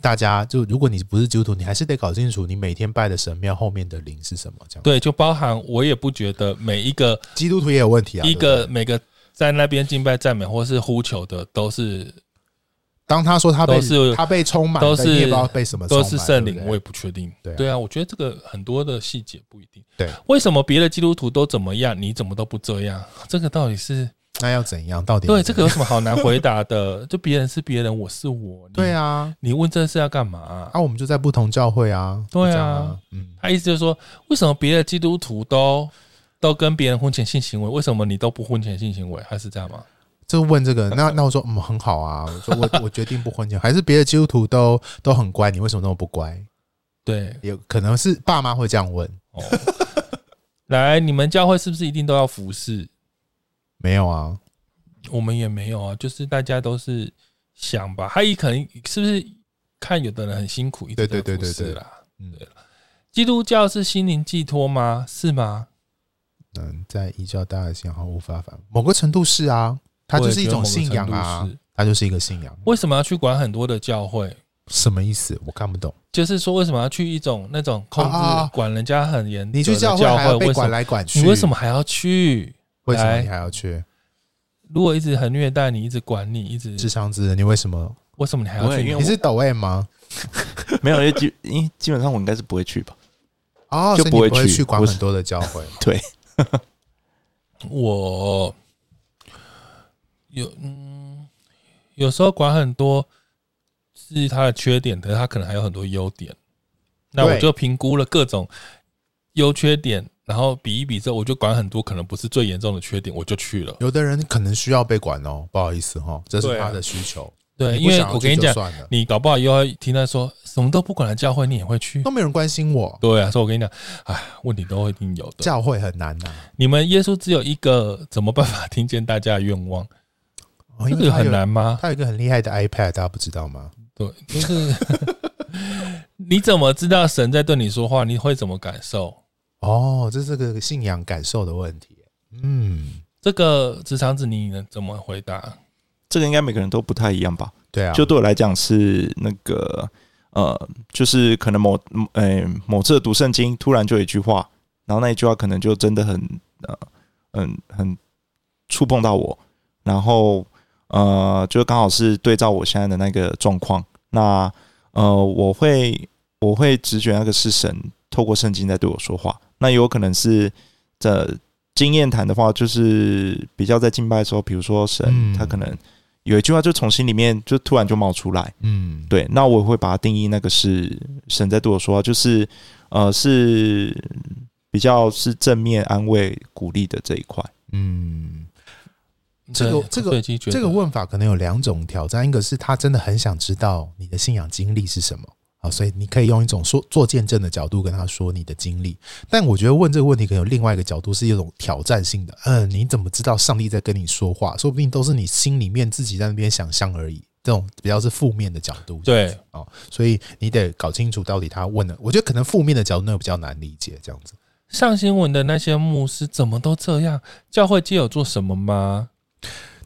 S3: 大家就如果你不是基督徒，你还是得搞清楚你每天拜的神庙后面的灵是什么。这样，
S1: 对，就包含我也不觉得每一个
S3: 基督徒也有问题啊。
S1: 一
S3: 对不对
S1: 个每个在那边敬拜赞美或是呼求的都是
S3: 当他说他被
S1: 都是
S3: 他被充满了，
S1: 都是
S3: 你也不知道被什么充
S1: 都
S3: 满，
S1: 是圣灵
S3: 对，不对
S1: 我也不确定。
S3: 对啊
S1: 啊，我觉得这个很多的细节不一定。
S3: 对，
S1: 为什么别的基督徒都怎么样，你怎么都不这样？这个到底是
S3: 那要怎样？到底
S1: 对这个有什么好难回答的？就别人是别人，我是我。你
S3: 对，啊，
S1: 你问这是要干嘛、
S3: 啊，我们就在不同教会啊，
S1: 对啊
S3: 就这样啊，嗯，
S1: 他意思就是说，为什么别的基督徒都都跟别人婚前性行为，为什么你都不婚前性行为？他是这样吗？
S3: 就问这个，那那我说，嗯，很好啊，我说我我决定不婚前，还是别的基督徒都都很乖，你为什么那么不乖？
S1: 对，
S3: 也可能是爸妈会这样问，
S1: 哦， 来，你们教会是不是一定都要服侍？
S3: 没有啊，
S1: 我们也没有啊，就是大家都是想吧，他也可能是不是看有的人很辛苦，一直
S3: 对
S1: 在
S3: 对对对
S1: 服侍
S3: 对
S1: 啦。
S3: 嗯
S1: 基督教是心灵寄托吗？是吗？
S3: 嗯，在异教大的信仰无法反，某个程度是啊，它就是一种信仰
S1: 我也觉得某个
S3: 啊
S1: 程度是，
S3: 它就是一个信仰，
S1: 为什么要去管很多的教会？
S3: 什么意思？我看不懂。
S1: 就是说，为什么要去一种那种控制
S3: 啊啊啊
S1: 管人家很严格的
S3: 你去
S1: 教
S3: 教会还要被
S1: 为什
S3: 管
S1: 么
S3: 来管去，
S1: 你为什么还要去？
S3: 为什么
S1: 来
S3: 你还要去？
S1: 如果一直很虐待你，一直管你，一直
S3: 智商之人，你为什么？
S1: 为什么你还
S4: 不
S1: 要
S4: 会因为
S1: 去
S4: 我
S3: 你？是抖 M 吗？
S4: 没有，因为基因为基本上我应该是不会去吧。
S3: 哦，
S4: 就
S3: 所以
S4: 不
S3: 你
S4: 会
S3: 不会
S4: 去
S3: 去管
S4: 不是
S3: 很多的教会。
S4: 对，
S1: 我有嗯，有时候管很多是他的缺点，可是他可能还有很多优点。那我
S3: 对
S1: 就评估了各种优缺点，然后比一比之后，我就管很多可能不是最严重的缺点，我就去了。
S3: 有的人可能需要被管哦，不好意思哈，这
S1: 对
S3: 是
S1: 啊
S3: 他的需求。
S1: 对，因
S3: 你不
S1: 为
S3: 想要
S1: 我
S3: 去
S1: 跟你
S3: 就
S1: 讲，
S3: 算了，
S1: 你搞不好又要听他说什么都不管的教会，你也会去
S3: 都。没有人关心我，
S1: 对啊，所以我跟你讲，哎，问题都会一定有的。
S3: 教会很难啊呐、
S1: 你们耶稣只有一个，怎么办法听见大家的愿望？这
S3: 哦因
S1: 个
S3: 为他有
S1: 很难吗？
S3: 他有一个很厉害的 iPad，大家不知道吗？
S1: 对，就是 你怎么知道神在对你说话？你会怎么感受？
S3: 哦，这是个信仰感受的问题。嗯，
S1: 这个职场子你能怎么回答？
S4: 这个应该每个人都不太一样吧？
S3: 对啊，
S4: 就对我来讲是那个呃，就是可能某呃某次读圣经，突然就有一句话，然后那一句话可能就真的很呃很很触碰到我，然后呃就刚好是对照我现在的那个状况，那呃我会我会直觉那个是神透过圣经在对我说话，那也有可能是这。经验谈的话，就是比较在敬拜的时候，比如说神，
S3: 嗯
S4: 他可能有一句话就从心里面就突然就冒出来，
S3: 嗯，
S4: 对，那我会把它定义那个是神在对我说话，就是呃是比较是正面安慰鼓励的这一块，
S3: 嗯，这个
S1: 对
S3: 这个
S1: 对基觉得
S3: 这个问法可能有两种挑战，一个是他真的很想知道你的信仰经历是什么。好，所以你可以用一种说做见证的角度跟他说你的经历，但我觉得问这个问题可能有另外一个角度是一种挑战性的。嗯，你怎么知道上帝在跟你说话？说不定都是你心里面自己在那边想象而已。这种比较是负面的角度，
S1: 对
S3: 哦，所以你得搞清楚到底他问的。我觉得可能负面的角度那个比较难理解，这样子。
S1: 上新闻的那些牧师怎么都这样？教会界有做什么吗？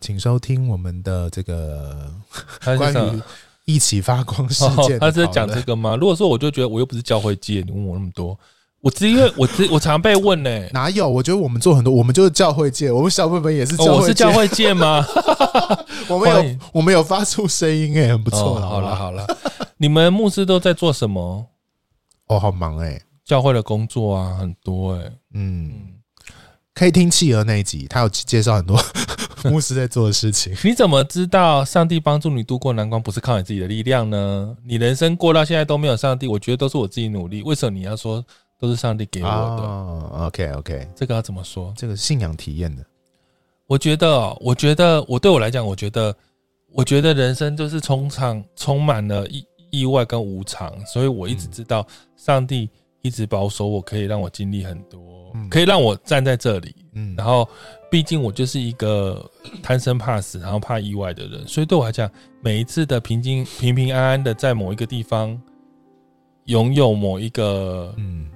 S3: 请收听我们的这个
S1: 他是
S3: 关
S1: 想
S3: 于一起发光事
S1: 哦
S3: 件、，
S1: 他是在讲这。个吗？如果说我就觉得我又不是教会界，你问我那么多，我只因为我只我常被问呢、
S3: 哪有？我觉得我们做很多，我们就是教会界，我们小本本也是
S1: 哦，
S3: 教
S1: 我
S3: 会
S1: 是
S3: 界，
S1: 教会界吗？
S3: 我们
S1: 欢
S3: 有
S1: 迎
S3: 我们有发出声音、哎， 很不错、
S1: 哦好
S3: 了
S1: 了，好了，你们牧师都在做什么？
S3: 哦，好忙哎、
S1: 教会的工作啊，很多哎、嗯，
S3: 嗯，可以听企鹅那一集，他有介绍 很多牧师在做的事情。
S1: 你怎么知道上帝帮助你度过难关不是靠你自己的力量呢？你人生过到现在都没有上帝，我觉得都是我自己努力。为什么你要说都是上帝给我的？
S3: 哦、，OK OK，
S1: 这个要怎么说？
S3: 这个是信仰体验的，
S1: 我觉得哦，我觉得我对我来讲，我觉得，我觉得人生就是充场充满了意意外跟无常，所以我一直知道上帝一直保守我，可以让我经历很多，
S3: 嗯
S1: 可以让我站在这里。
S3: 嗯，
S1: 然后，毕竟我就是一个贪生怕死，然后怕意外的人，所以对我来讲，每一次的平静、平平安安的在某一个地方拥有某一个
S3: 嗯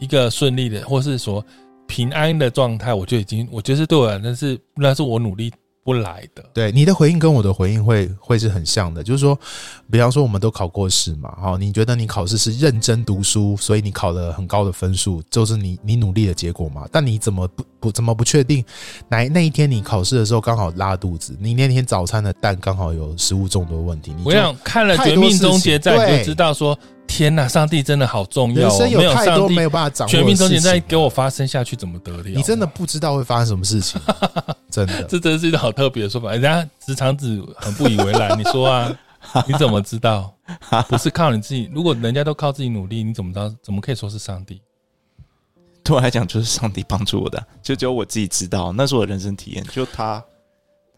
S1: 一个顺利的，或是说平安的状态，我就已经，我就是对我来讲，那是那是我努力不来的。
S3: 对你的回应跟我的回应会会是很像的，就是说，比方说我们都考过试嘛，哈、你觉得你考试是认真读书，所以你考了很高的分数，就是你你努力的结果嘛。但你怎么不不怎么不确定哪那一天你考试的时候刚好拉肚子，你那天早餐的蛋刚好有食物中毒的问题，你
S1: 我
S3: 就
S1: 想看了《
S3: 太
S1: 绝
S3: 多
S1: 命
S3: 事
S1: 终
S3: 情
S1: 结战》，你就
S3: 对
S1: 知道说，天哪，上帝真的好重要、
S3: 人
S1: 哦，
S3: 生
S1: 没有
S3: 太
S1: 上
S3: 多
S1: 帝，
S3: 没有办法掌
S1: 《
S3: 握的
S1: 绝
S3: 事
S1: 命终
S3: 情。
S1: 结战》给我发生下去怎么得了？
S3: 你真的。不知道会发生什么 事情，真的。
S1: 这真是一个好特别的说法，人家职场子很不以为然。你说 啊，你怎么知道？不是靠你自己，如果人家都靠自己努力，你怎么知道？怎么可以说是上帝？
S4: 对我来讲就是上帝帮助我的，啊就只有我自己知道，那是我的人生体验，就他，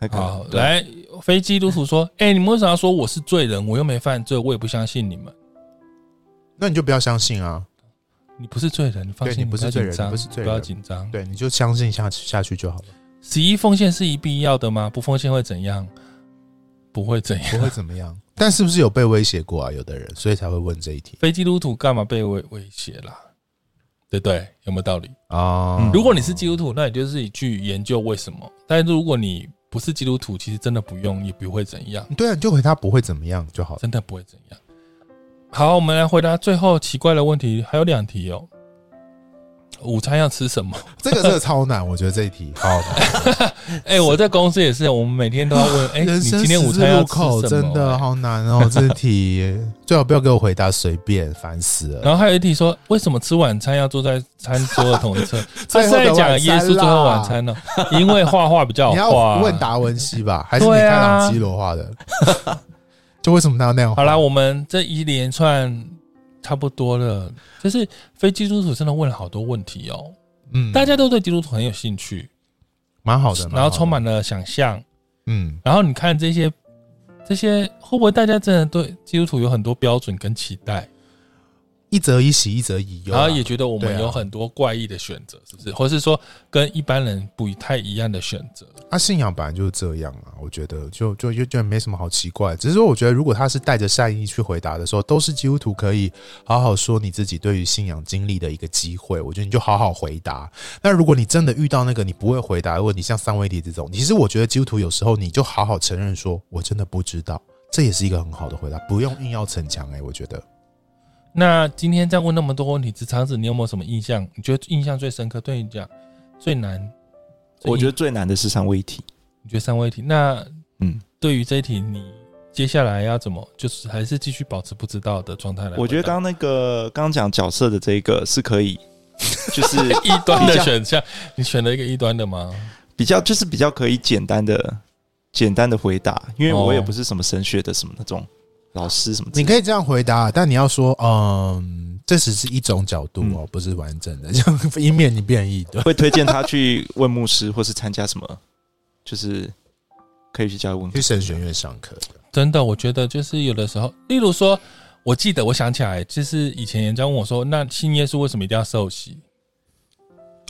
S4: 他可
S1: 好
S4: 能，对啊
S1: 来，非基督徒说：“ 哎、你们为什么要说我是罪人？我又没犯罪，我也不相信你们。
S3: 那你就不要相信啊，
S1: 你不是罪人，你放
S3: 对
S1: 心，
S3: 你不
S1: 要
S3: 是罪
S1: 紧
S3: 人
S1: 张
S3: 你不是罪
S1: 不要
S3: 人
S1: 紧张。
S3: 对，你就相信下去下去就好了，
S1: 十一奉献是一必要的吗？不奉献会怎样？不会怎样。
S3: 不会怎么样。 但是不是有被威胁过啊？有的人，所以才会问这一题。
S1: 非基督徒干嘛被威威胁啦？对不对？有没有道理？
S3: 哦、
S1: 如果你是基督徒，那你就自己去研究为什么。但是如果你不是基督徒，其实真的不用，也不会怎样，
S3: 对啊，你就回他不会怎么样就 好了。
S1: 真的不会怎样。好，我们来回答最后奇怪的问题，还有两题哦。午餐要吃什 么？
S3: 这个真的超难，我觉得这一题好好难。
S1: 哎、我在公司也是，我们每天都要问， 哎、
S3: 人
S1: 你
S3: 生
S1: 今
S3: 十
S1: 天午
S3: 字
S1: 餐要
S3: 路
S1: 吃什么
S3: 口？真的好难 哦，这题最好不要给我回答随便，烦死了。
S1: 然后还有一题说，为什么吃晚餐要坐在餐桌的同一 侧？ 他
S3: 最
S1: 是
S3: 后的
S1: 在讲
S3: 晚
S1: 耶
S3: 餐
S1: 稣最后晚
S3: 啦
S1: 餐呢、因为画画比较
S3: 你
S1: 好
S3: 要
S1: 画、啊。
S3: 问达文西吧，还是你
S1: 对
S3: 看
S1: 啊
S3: 朗基罗画的？ 就为什么他要那样画？
S1: 好啦，我们这一连串差不多了，就是非基督徒真的问了好多问题哦，
S3: 嗯，
S1: 大家都对基督徒很有兴趣，
S3: 蛮好的，
S1: 然后充
S3: 蛮
S1: 满
S3: 好的
S1: 了想象，
S3: 嗯，
S1: 然后你看这些这些会不会大家真的对基督徒有很多标准跟期待，
S3: 一则以喜，一则以忧
S1: 然
S3: 啊。
S1: 后也觉得我
S3: 对
S1: 们
S3: 啊
S1: 有很多怪异的选择，是不是？或是说跟一般人不太一样的选择？
S3: 他、啊信仰本来就是这样啊，我觉得就就就就没什么好奇怪。只是说，我觉得如果他是带着善意去回答的时候，都是基督徒可以好好说你自己对于信仰经历的一个机会。我觉得你就好好回答。那如果你真的遇到那个你不会回答的问题，像三位一体这种，其实我觉得基督徒有时候你就好好承认说，我真的不知道，这也是一个很好的回答，不用硬要逞强、欸。我觉得
S1: 那今天在问那么多问题，职场子你有没有什么印象？你觉得印象最深刻？对你讲最难？最
S4: 我
S1: 印
S4: 觉得最难的是三位一体。
S1: 你觉得三位一体？那
S4: 嗯，
S1: 对于这一题，你接下来要怎么？就是还是继续保持不知道的状态来回答？
S4: 我觉得刚刚那个刚刚讲角色的这个是可以，就是
S1: 异端
S4: 比
S1: 的
S4: 较
S1: 选项，你选了一个异端的吗？
S4: 比较就是比较可以简单的简单的回答，因为
S1: 哦
S4: 我也不是什么神学的什么那种老师什么之
S3: 你
S4: 类的。
S3: 可以这样回答，但你要说，嗯，这只是一种角度哦，不是完整的，这 样以免你变异的。
S4: 会推荐他去问牧师，或是参加什么，就是可以去教会问
S3: 去。神学院上课的。
S1: 真的，我觉得就是有的时候，例如说，我记得我想起来，就是以前人家问我说，那信耶稣为什么一定要受洗？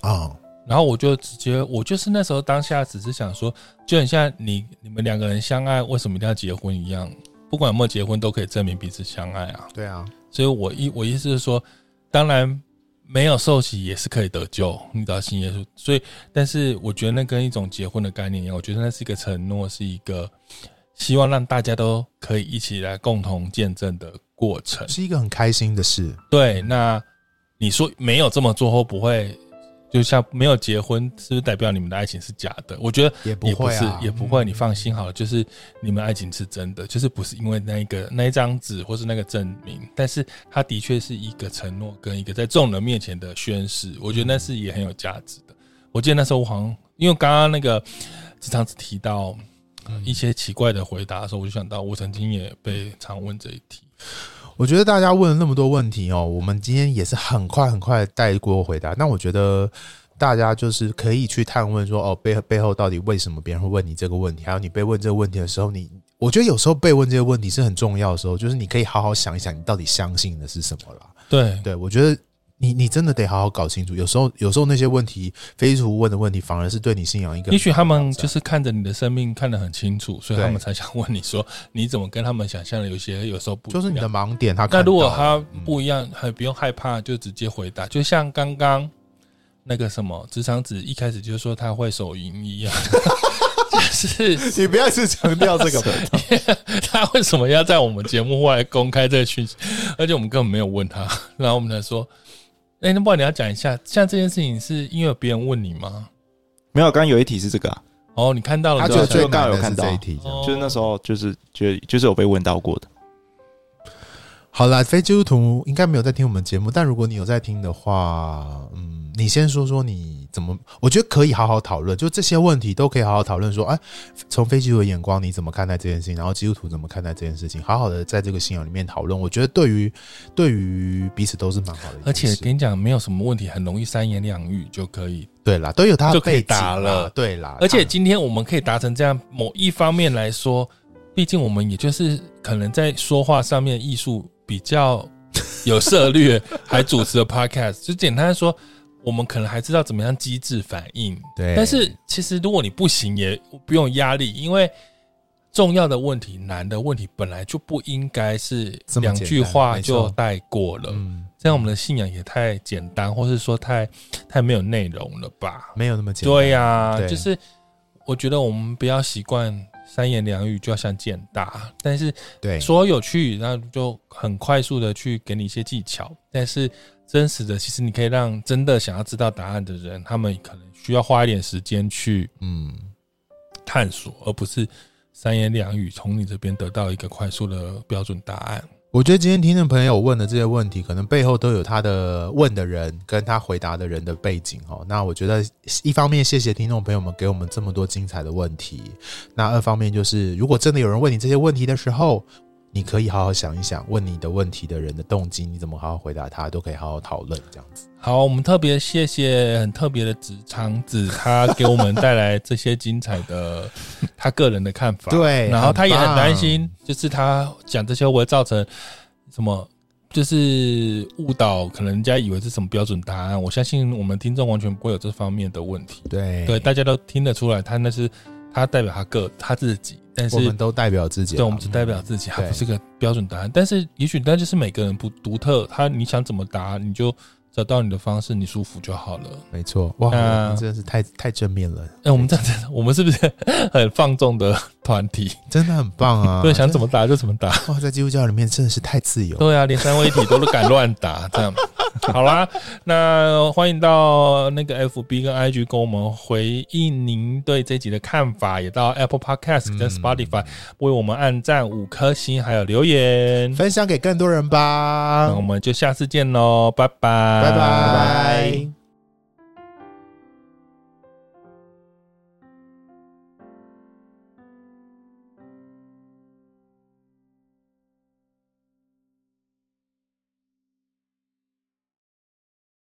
S3: 哦，
S1: 然后我就直接，我就是那时候当下只是想说，就很像你你们两个人相爱，为什么一定要结婚一样？不管有没有结婚，都可以证明彼此相爱啊。
S3: 对啊，
S1: 所以我意我意思是说，当然没有受洗也是可以得救，你只要信耶稣。所以，但是我觉得那跟一种结婚的概念一样，我觉得那是一个承诺，是一个希望让大家都可以一起来共同见证的过程。
S3: 是一个很开心的事。
S1: 对，那你说没有这么做后不会，就像没有结婚，是不是代表你们的爱情是假的？我觉得
S3: 也不
S1: 也不
S3: 会
S1: 是
S3: 啊，
S1: 也不会。你放心好了，就是你们爱情是真的，就是不是因为那一个那一张纸或是那个证明，但是它的确是一个承诺跟一个在众人面前的宣誓，我觉得那是也很有价值的。我记得那时候我好像因为刚刚那个职场只提到呃一些奇怪的回答的时候，我就想到我曾经也被常问这一题。
S3: 我觉得大家问了那么多问题哦，我们今天也是很快很快地带过回答。那我觉得大家就是可以去探问说，哦，背背后到底为什么别人会问你这个问题？还有你被问这个问题的时候，你我觉得有时候被问这些问题是很重要的时候，就是你可以好好想一想，你到底相信的是什么啦。
S1: 对，
S3: 对，我觉得你你真的得好好搞清楚。有时候有时候那些问题，非主问的问题，反而是对你信仰一个。
S1: 也许他们就是看着你的生命看得很清楚，所以
S3: 对
S1: 他们才想问你说，你怎么跟他们想象的有些有时候不一样
S3: 就是你的盲点他看
S1: 那
S3: 到了。
S1: 如果他不一样，还不用害怕，就直接回答。
S3: 嗯
S1: 就像刚刚那个什么职场子一开始就说他会手淫一样， 就是
S3: 你不要去强调这个吧。
S1: 他为什么要在我们节目外公开这个讯息？而且我们根本没有问他， 然后我们才说，哎、那不然你要讲一下，像这件事情是因为别人问你吗？
S4: 没有，刚刚有一题是这个、啊，
S1: 哦，你看到了，
S3: 他
S1: 你
S3: 觉
S1: 就
S3: 得
S1: 要
S3: 最
S1: 讲
S3: 难的
S4: 刚
S3: 是
S4: 有看到
S3: 这一题。这样
S1: 哦
S4: 就是那时候就是觉得就是有被问到过的。
S3: 好啦，非基督徒应该没有在听我们节目，但如果你有在听的话，嗯，你先说说你怎么，我觉得可以好好讨论，就这些问题都可以好好讨论。说，哎，从非基督徒的眼光你怎么看待这件事情，然后基督徒怎么看待这件事情，好好的在这个信仰里面讨论。我觉得对于对于彼此都是蛮好的一件事，
S1: 而且跟你讲，没有什么问题，很容易三言两语就可以
S3: 对啦，都有他的
S1: 就可以
S3: 背景
S1: 打
S3: 啦
S1: 了
S3: 对啦，嗯
S1: 而且
S3: 他
S1: 今天我们可以达成这样，某一方面来说，毕竟我们也就是可能在说话上面艺术比较 有涉略，还主持了 podcast，就简单地说，我们可能还知道怎么样机制反应。
S3: 对
S1: 但是其实如果你不行，也不用压力，因为重要的问题、难的问题本来就不应该是
S3: 这么
S1: 两
S3: 简
S1: 句
S3: 单
S1: 话
S3: 没
S1: 就
S3: 错
S1: 带过了。
S3: 嗯，
S1: 这样我们的信仰也太简单，或是说太太没有内容了吧？
S3: 没有那么简单，
S1: 对呀、
S3: 对
S1: 就是我觉得我们不要习惯三言两语就要想简答，但是
S3: 对，
S1: 说有趣，那就很快速的去给你一些技巧，但是真实的，其实你可以让真的想要知道答案的人，他们可能需要花一点时间去
S3: 嗯，
S1: 探索，而不是三言两语从你这边得到一个快速的标准答案。
S3: 我觉得今天听众朋友问的这些问题，可能背后都有他的问的人跟他回答的人的背景哦。那我觉得一方面谢谢听众朋友们给我们这么多精彩的问题，那二方面就是如果真的有人问你这些问题的时候，你可以好好想一想，问你的问题的人的动机，你怎么好好回答他，都可以好好讨论这样子。
S1: 好，我们特别谢谢很特别的职场子，他给我们带来这些精彩的他个人的看 法。
S3: 对
S1: 然后他也很
S3: 哎很棒
S1: 担心，就是他讲这些会不会造成什么，就是误导，可能人家以为是什么标准答案。我相信我们听众完全不会有这方面的问题。
S3: 对
S1: 对，大家都听得出来，他那是他代表他个他自己，但
S3: 我
S1: 是
S3: 们都代表自己啊啦，
S1: 对，我们只代表自己，它
S3: 对
S1: 不是个标准答案。但是也许那就是每个人不独特，他你想怎么答，你就找到你的方式，你舒服就好了。
S3: 没错。哇，
S1: 那
S3: 我们真的是太太正面了，
S1: 哎、我们这样子，我们是不是 很放纵的团体？
S3: 真的很棒 啊！
S1: 对，想怎么答就怎么答。
S3: 哇，在基督教里面真的是太自由了。
S1: 对啊，连三位一体都敢乱打，这样。好啦，那欢迎到那个 FB 跟 IG 跟我们回应您对这集的看法，也到 Apple Podcast 跟
S3: 嗯
S1: Spotify 为我们按赞五颗星，还有留言。
S3: 分享给更多人吧
S1: 那我。们就下次见喽，拜拜，
S3: 拜拜。